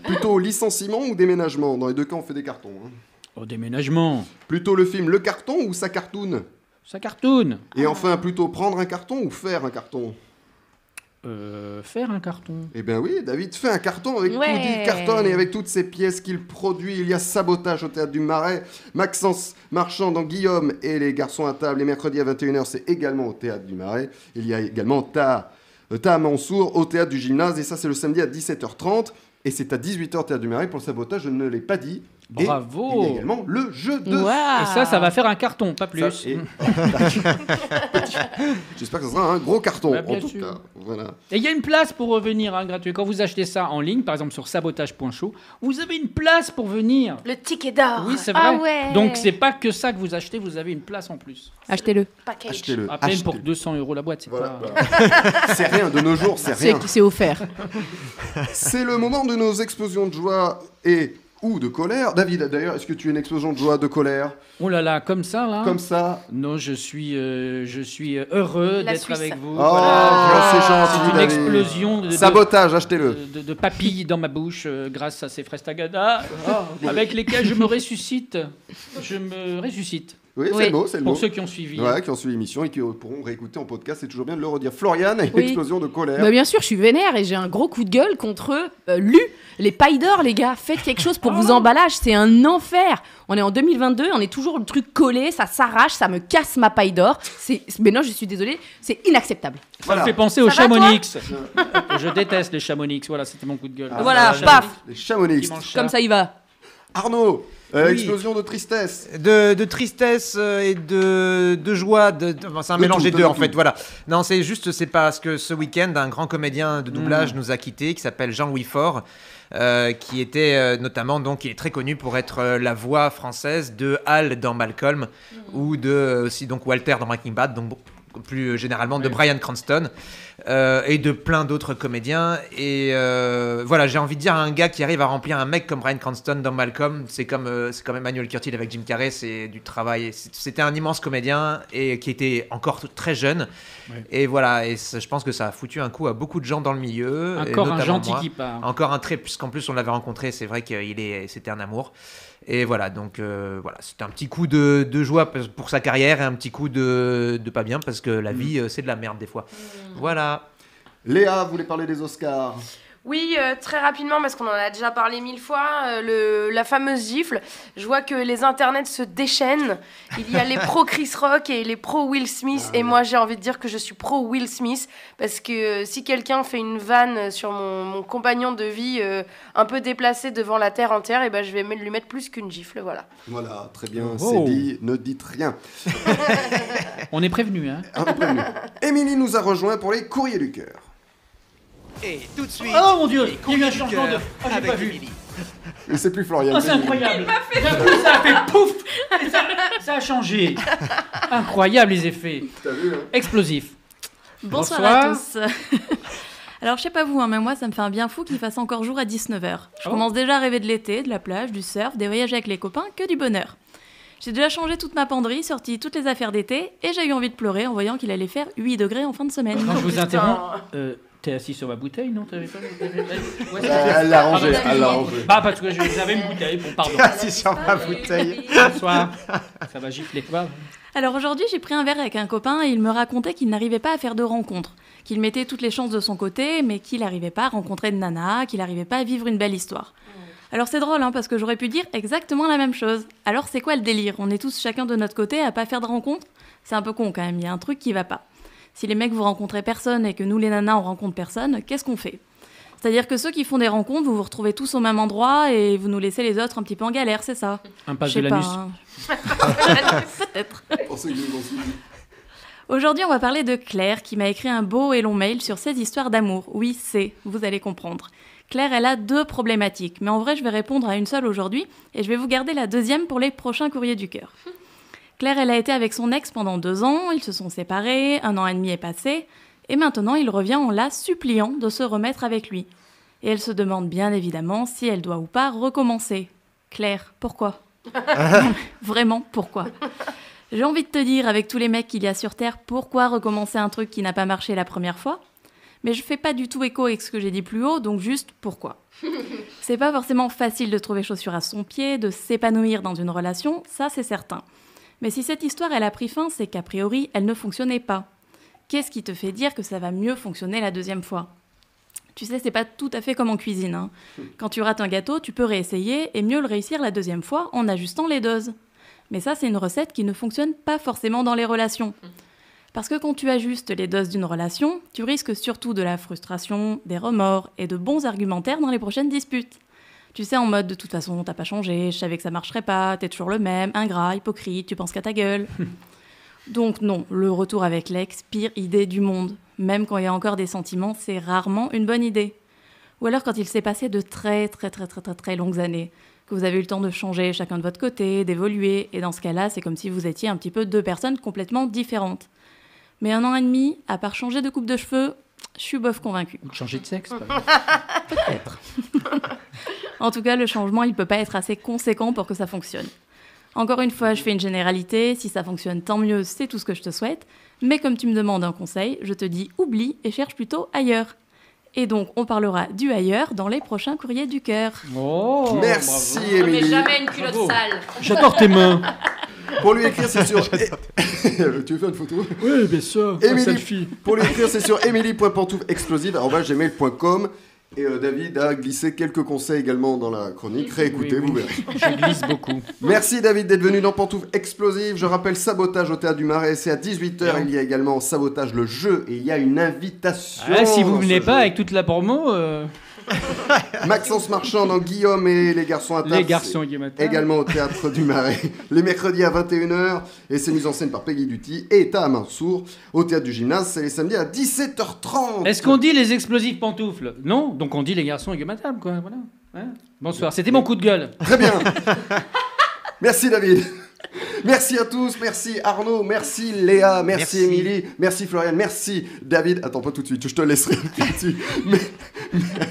Plutôt licenciement ou déménagement Dans les deux cas, on fait des cartons. hein.
Au déménagement.
Plutôt le film Le Carton ou sa cartoon
Ça cartoon.
Et enfin, plutôt prendre un carton ou faire un carton
Euh, faire un carton.
Eh bien oui, David fait un carton avec
Ouais.
Woody Carton et avec toutes ses pièces qu'il produit. Il y a Sabotage au Théâtre du Marais, Maxence Marchand dans Guillaume et Les Garçons à table. Les mercredis à 21h, c'est également au Théâtre du Marais. Il y a également Ta, euh, Ta Mansour au Théâtre du Gymnase et ça c'est le samedi à 17h30. Et c'est à 18h Théâtre du Marais pour le sabotage, je ne l'ai pas dit. Et
Bravo.
il y a également le jeu de...
Ah.
Et ça, ça va faire un carton, pas plus.
Ça et- J'espère que ce sera un gros carton,
Bah, bien
en tout
sûr.
cas. Voilà.
Et il y a une place pour revenir hein, gratuit. Quand vous achetez ça en ligne, par exemple sur sabotage.show, vous avez une place pour venir.
Le ticket d'or.
Oui, c'est vrai.
Ah ouais.
Donc c'est pas que ça que vous achetez, vous avez une place en plus.
Achetez-le.
Ah,
Package.
Achetez-le,
À peine
achetez-le.
pour 200 euros la boîte, c'est pas.
C'est rien, de nos jours, c'est rien.
C'est offert.
C'est le moment de nos explosions de joie et ou de colère. David, d'ailleurs, est-ce que tu es une explosion de joie, de colère
Oh là là, comme ça là.
Comme ça.
Non, je suis, euh, je suis euh, heureux
La
d'être
Suisse.
avec vous.
Oh,
Voilà.
c'est gentil.
C'est une
David.
explosion de, de-
Sabotage, achetez-le.
de- de- de papilles dans ma bouche euh, grâce à ces frestagada
Oh,
avec lesquels je me ressuscite. Je me ressuscite.
Oui, c'est le mot, Oh, c'est le
Pour
mot.
ceux qui ont suivi.
Ouais, qui ont suivi l'émission et qui pourront réécouter en podcast, c'est toujours bien de le redire. Floriane a une
Oui.
explosion de colère.
Bah, bien sûr, je suis vénère et j'ai un gros coup de gueule contre euh, Lu, les pailles d'or, les gars. Faites quelque chose pour vos emballages, c'est un enfer. On est en 2022, on est toujours le truc collé, ça s'arrache, ça me casse ma paille d'or. C'est, mais non, je suis désolée, c'est inacceptable.
Ça me fait penser
Ça
aux
va, toi
Chamonix. je déteste les Chamonix. Voilà, c'était mon coup de gueule.
Ah,
Voilà,
ça,
paf.
Les Chamonix.
Comme ça, il va.
Arnaud, euh,
Oui.
explosion de tristesse.
De, de tristesse euh, et de, de joie, de, de- enfin, c'est un
De
mélange
tout,
des
de
deux en
tout.
fait. Voilà. Non, c'est juste, c'est parce que ce week-end, un grand comédien de doublage
Mm.
nous a quittés qui s'appelle Jean-Louis Faure, euh, qui était euh, notamment donc, il est très connu pour être euh, la voix française de Hal dans Malcolm ou de euh, aussi donc Walter dans Breaking Bad. Donc bon, plus euh, généralement de Brian Cranston euh, et de plein d'autres comédiens. Et euh, voilà, j'ai envie de dire à un gars qui arrive à remplir un mec comme Brian Cranston dans Malcolm, c'est comme, euh, c'est comme Emmanuel Curtil avec Jim Carrey, c'est du travail. C'est- C'était un immense comédien et qui était encore t- très jeune.
Ouais.
Et voilà, et ça- je pense que ça a foutu un coup à beaucoup de gens dans le milieu. et
Encore un
notamment
gentil
moi.
qui part.
Encore un très, puisqu'en plus on l'avait rencontré, c'est vrai qu'il est, c'était un amour. Et voilà, donc euh, voilà, c'était un petit coup de, de joie parce- pour sa carrière et un petit coup de, de pas bien parce que la vie euh, c'est de la merde des fois. Voilà.
Léa voulait parler des Oscars.
Oui, euh, très rapidement, parce qu'on en a déjà parlé mille fois, euh, le, la fameuse gifle. Je vois que les internets se déchaînent. Il y a les pro Chris Rock et les pro Will Smith.
Ah
et moi, j'ai envie de dire que je suis pro Will Smith, parce que euh, si quelqu'un fait une vanne sur mon, mon compagnon de vie euh, un peu déplacé devant la terre entière, et ben, je vais me- lui mettre plus qu'une gifle, voilà.
Voilà, très bien,
Oh.
c'est dit, ne dites rien.
On est prévenu, hein.
Un peu prévenu. Émilie nous a rejoint pour les courriers du cœur.
Et tout de suite.
Oh mon dieu, il y a eu un
du
changement de.
cœur
Ah, j'ai
avec
pas vu.
Et c'est plus Florian.
Ah, c'est incroyable. D'un coup, ça a fait pouf Et ça, ça a changé. Incroyable les effets. Explosif.
Bonsoir, à tous. Alors, je sais pas vous, hein, mais moi, ça me fait un bien fou qu'il fasse encore jour à 19h. Je
Oh.
commence déjà à rêver de l'été, de la plage, du surf, des voyages avec les copains, que du bonheur. J'ai déjà changé toute ma penderie, sorti toutes les affaires d'été, et j'ai eu envie de pleurer en voyant qu'il allait faire 8 degrés en fin de semaine.
Quand je vous
Putain.
interromps, euh, t'es assis sur ma bouteille, non T'avais pas Ouais,
Elle l'a
c'est- Ah,
rangée,
bah,
elle l'a
excuse-moi.
rangée.
Bah, parce que je- j'avais une bouteille, bon, pardon.
T'es
Ah,
assis sur
Ah,
ma
bah,
bouteille.
Bonsoir. Ça va gifler. Bah,
Alors aujourd'hui, j'ai pris un verre avec un copain et il me racontait qu'il n'arrivait pas à faire de rencontres, qu'il mettait toutes les chances de son côté, mais qu'il n'arrivait pas à rencontrer de nana, qu'il n'arrivait pas à vivre une belle histoire. Alors c'est drôle, hein, parce que j'aurais pu dire exactement la même chose. Alors c'est quoi le délire On est tous chacun de notre côté à pas faire de rencontres C'est un peu con quand même, il y a un truc qui va pas. Si les mecs vous rencontrez personne et que nous les nanas on rencontre personne, qu'est-ce qu'on fait C'est-à-dire que ceux qui font des rencontres, vous vous retrouvez tous au même endroit et vous nous laissez les autres un petit peu en galère, c'est ça
Un passe
Je sais
de
pas,
l'anus.
hein. Peut-être.
Pour ceux qui nous ont suivis.
Aujourd'hui, on va parler de Claire qui m'a écrit un beau et long mail sur ses histoires d'amour. Oui, c'est, vous allez comprendre. Claire, elle a deux problématiques, mais en vrai, je vais répondre à une seule aujourd'hui et je vais vous garder la deuxième pour les prochains courriers du cœur. Claire, elle a été avec son ex pendant deux ans, ils se sont séparés, un an et demi est passé, et maintenant il revient en la suppliant de se remettre avec lui. Et elle se demande bien évidemment si elle doit ou pas recommencer. Claire, pourquoi Vraiment, pourquoi J'ai envie de te dire, avec tous les mecs qu'il y a sur Terre, pourquoi recommencer un truc qui n'a pas marché la première fois Mais je fais pas du tout écho avec ce que j'ai dit plus haut, donc juste pourquoi c'est pas forcément facile de trouver chaussure à son pied, de s'épanouir dans une relation, ça c'est certain. Mais si cette histoire elle a pris fin, c'est qu'a priori elle ne fonctionnait pas. Qu'est-ce qui te fait dire que ça va mieux fonctionner la deuxième fois Tu sais, c'est pas tout à fait comme en cuisine. hein. Quand tu rates un gâteau, tu peux réessayer et mieux le réussir la deuxième fois en ajustant les doses. Mais ça, c'est une recette qui ne fonctionne pas forcément dans les relations. Parce que quand tu ajustes les doses d'une relation, tu risques surtout de la frustration, des remords et de bons argumentaires dans les prochaines disputes. Tu sais, en mode de toute façon, t'as pas changé, je savais que ça marcherait pas, t'es toujours le même, ingrat, hypocrite, tu penses qu'à ta gueule. Donc non, le retour avec l'ex, pire idée du monde. Même quand il y a encore des sentiments, c'est rarement une bonne idée. Ou alors quand il s'est passé de très très très très très très longues années, que vous avez eu le temps de changer chacun de votre côté, d'évoluer, et dans ce cas-là, c'est comme si vous étiez un petit peu deux personnes complètement différentes. Mais un an et demi, à part changer de coupe de cheveux, je suis bof convaincue.
Ou de changer de sexe, pas
Peut-être. en tout cas, le changement, il peut pas être assez conséquent pour que ça fonctionne. Encore une fois, je fais une généralité, si ça fonctionne, tant mieux, c'est tout ce que je te souhaite. Mais comme tu me demandes un conseil, je te dis oublie et cherche plutôt ailleurs. Et donc, on parlera du ailleurs dans les prochains courriers du cœur.
Oh,
Merci, Émilie.
Bravo.
J'adore
tes mains.
Pour lui écrire, c'est sur. tu veux faire une photo
Oui, bien sûr.
Émilie-
Un selfie.
Pour lui écrire, c'est sur emily.pantoufleexplosive.com. Et euh, David a glissé quelques conseils également dans la chronique. Réécoutez, vous verrez.
Je glisse beaucoup.
Merci David d'être venu dans Pantouf Explosive. Je rappelle Sabotage au Théâtre du Marais, c'est à 18h. Il y a également Sabotage le jeu et il y a une invitation.
Ah, si vous
dans ce
venez
jeu.
pas avec toute la promo, euh,
Maxence Marchand dans Guillaume et les garçons à table.
les garçons, Guillaume Attal.
Également au Théâtre du Marais, les mercredis à 21h, et c'est mis en scène par Peggy Duty et Taha Mansour. Au Théâtre du Gymnase, c'est les samedis à 17h30.
Est-ce qu'on dit les explosifs pantoufles Non, donc on dit les garçons et Guillaume Attal, quoi. Voilà. Hein Bonsoir, c'était mon coup de gueule.
Très bien. Merci David. Merci à tous, merci Arnaud, merci Léa, merci Émilie, merci Florian, merci David. Attends pas tout de suite, je te laisserai tout de suite. Mais-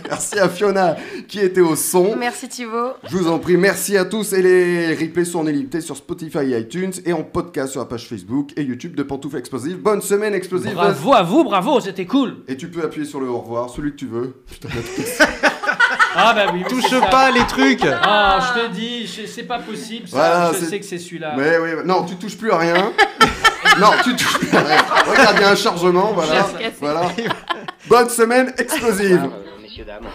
merci à Fiona qui était au son.
Merci Thibaut.
Je vous en prie, merci à tous et les replays sont en illimité sur Spotify et iTunes et en podcast sur la page Facebook et YouTube de Pantoufles Explosives. Bonne semaine explosive.
Bravo à vous, bravo, c'était cool.
Et tu peux appuyer sur le au revoir, celui que tu veux. Putain,
Ah bah oui, mais
Touche
c'est ça.
pas les trucs.
Ah, je te dis, je- c'est pas possible. Ça. je sais que c'est celui-là.
Mais oui, non, tu touches plus à rien. non, tu touches plus à rien. Regarde, il y a un chargement, voilà.
J'ai cassé.
voilà. Bonne semaine explosive.
Messieurs, dames.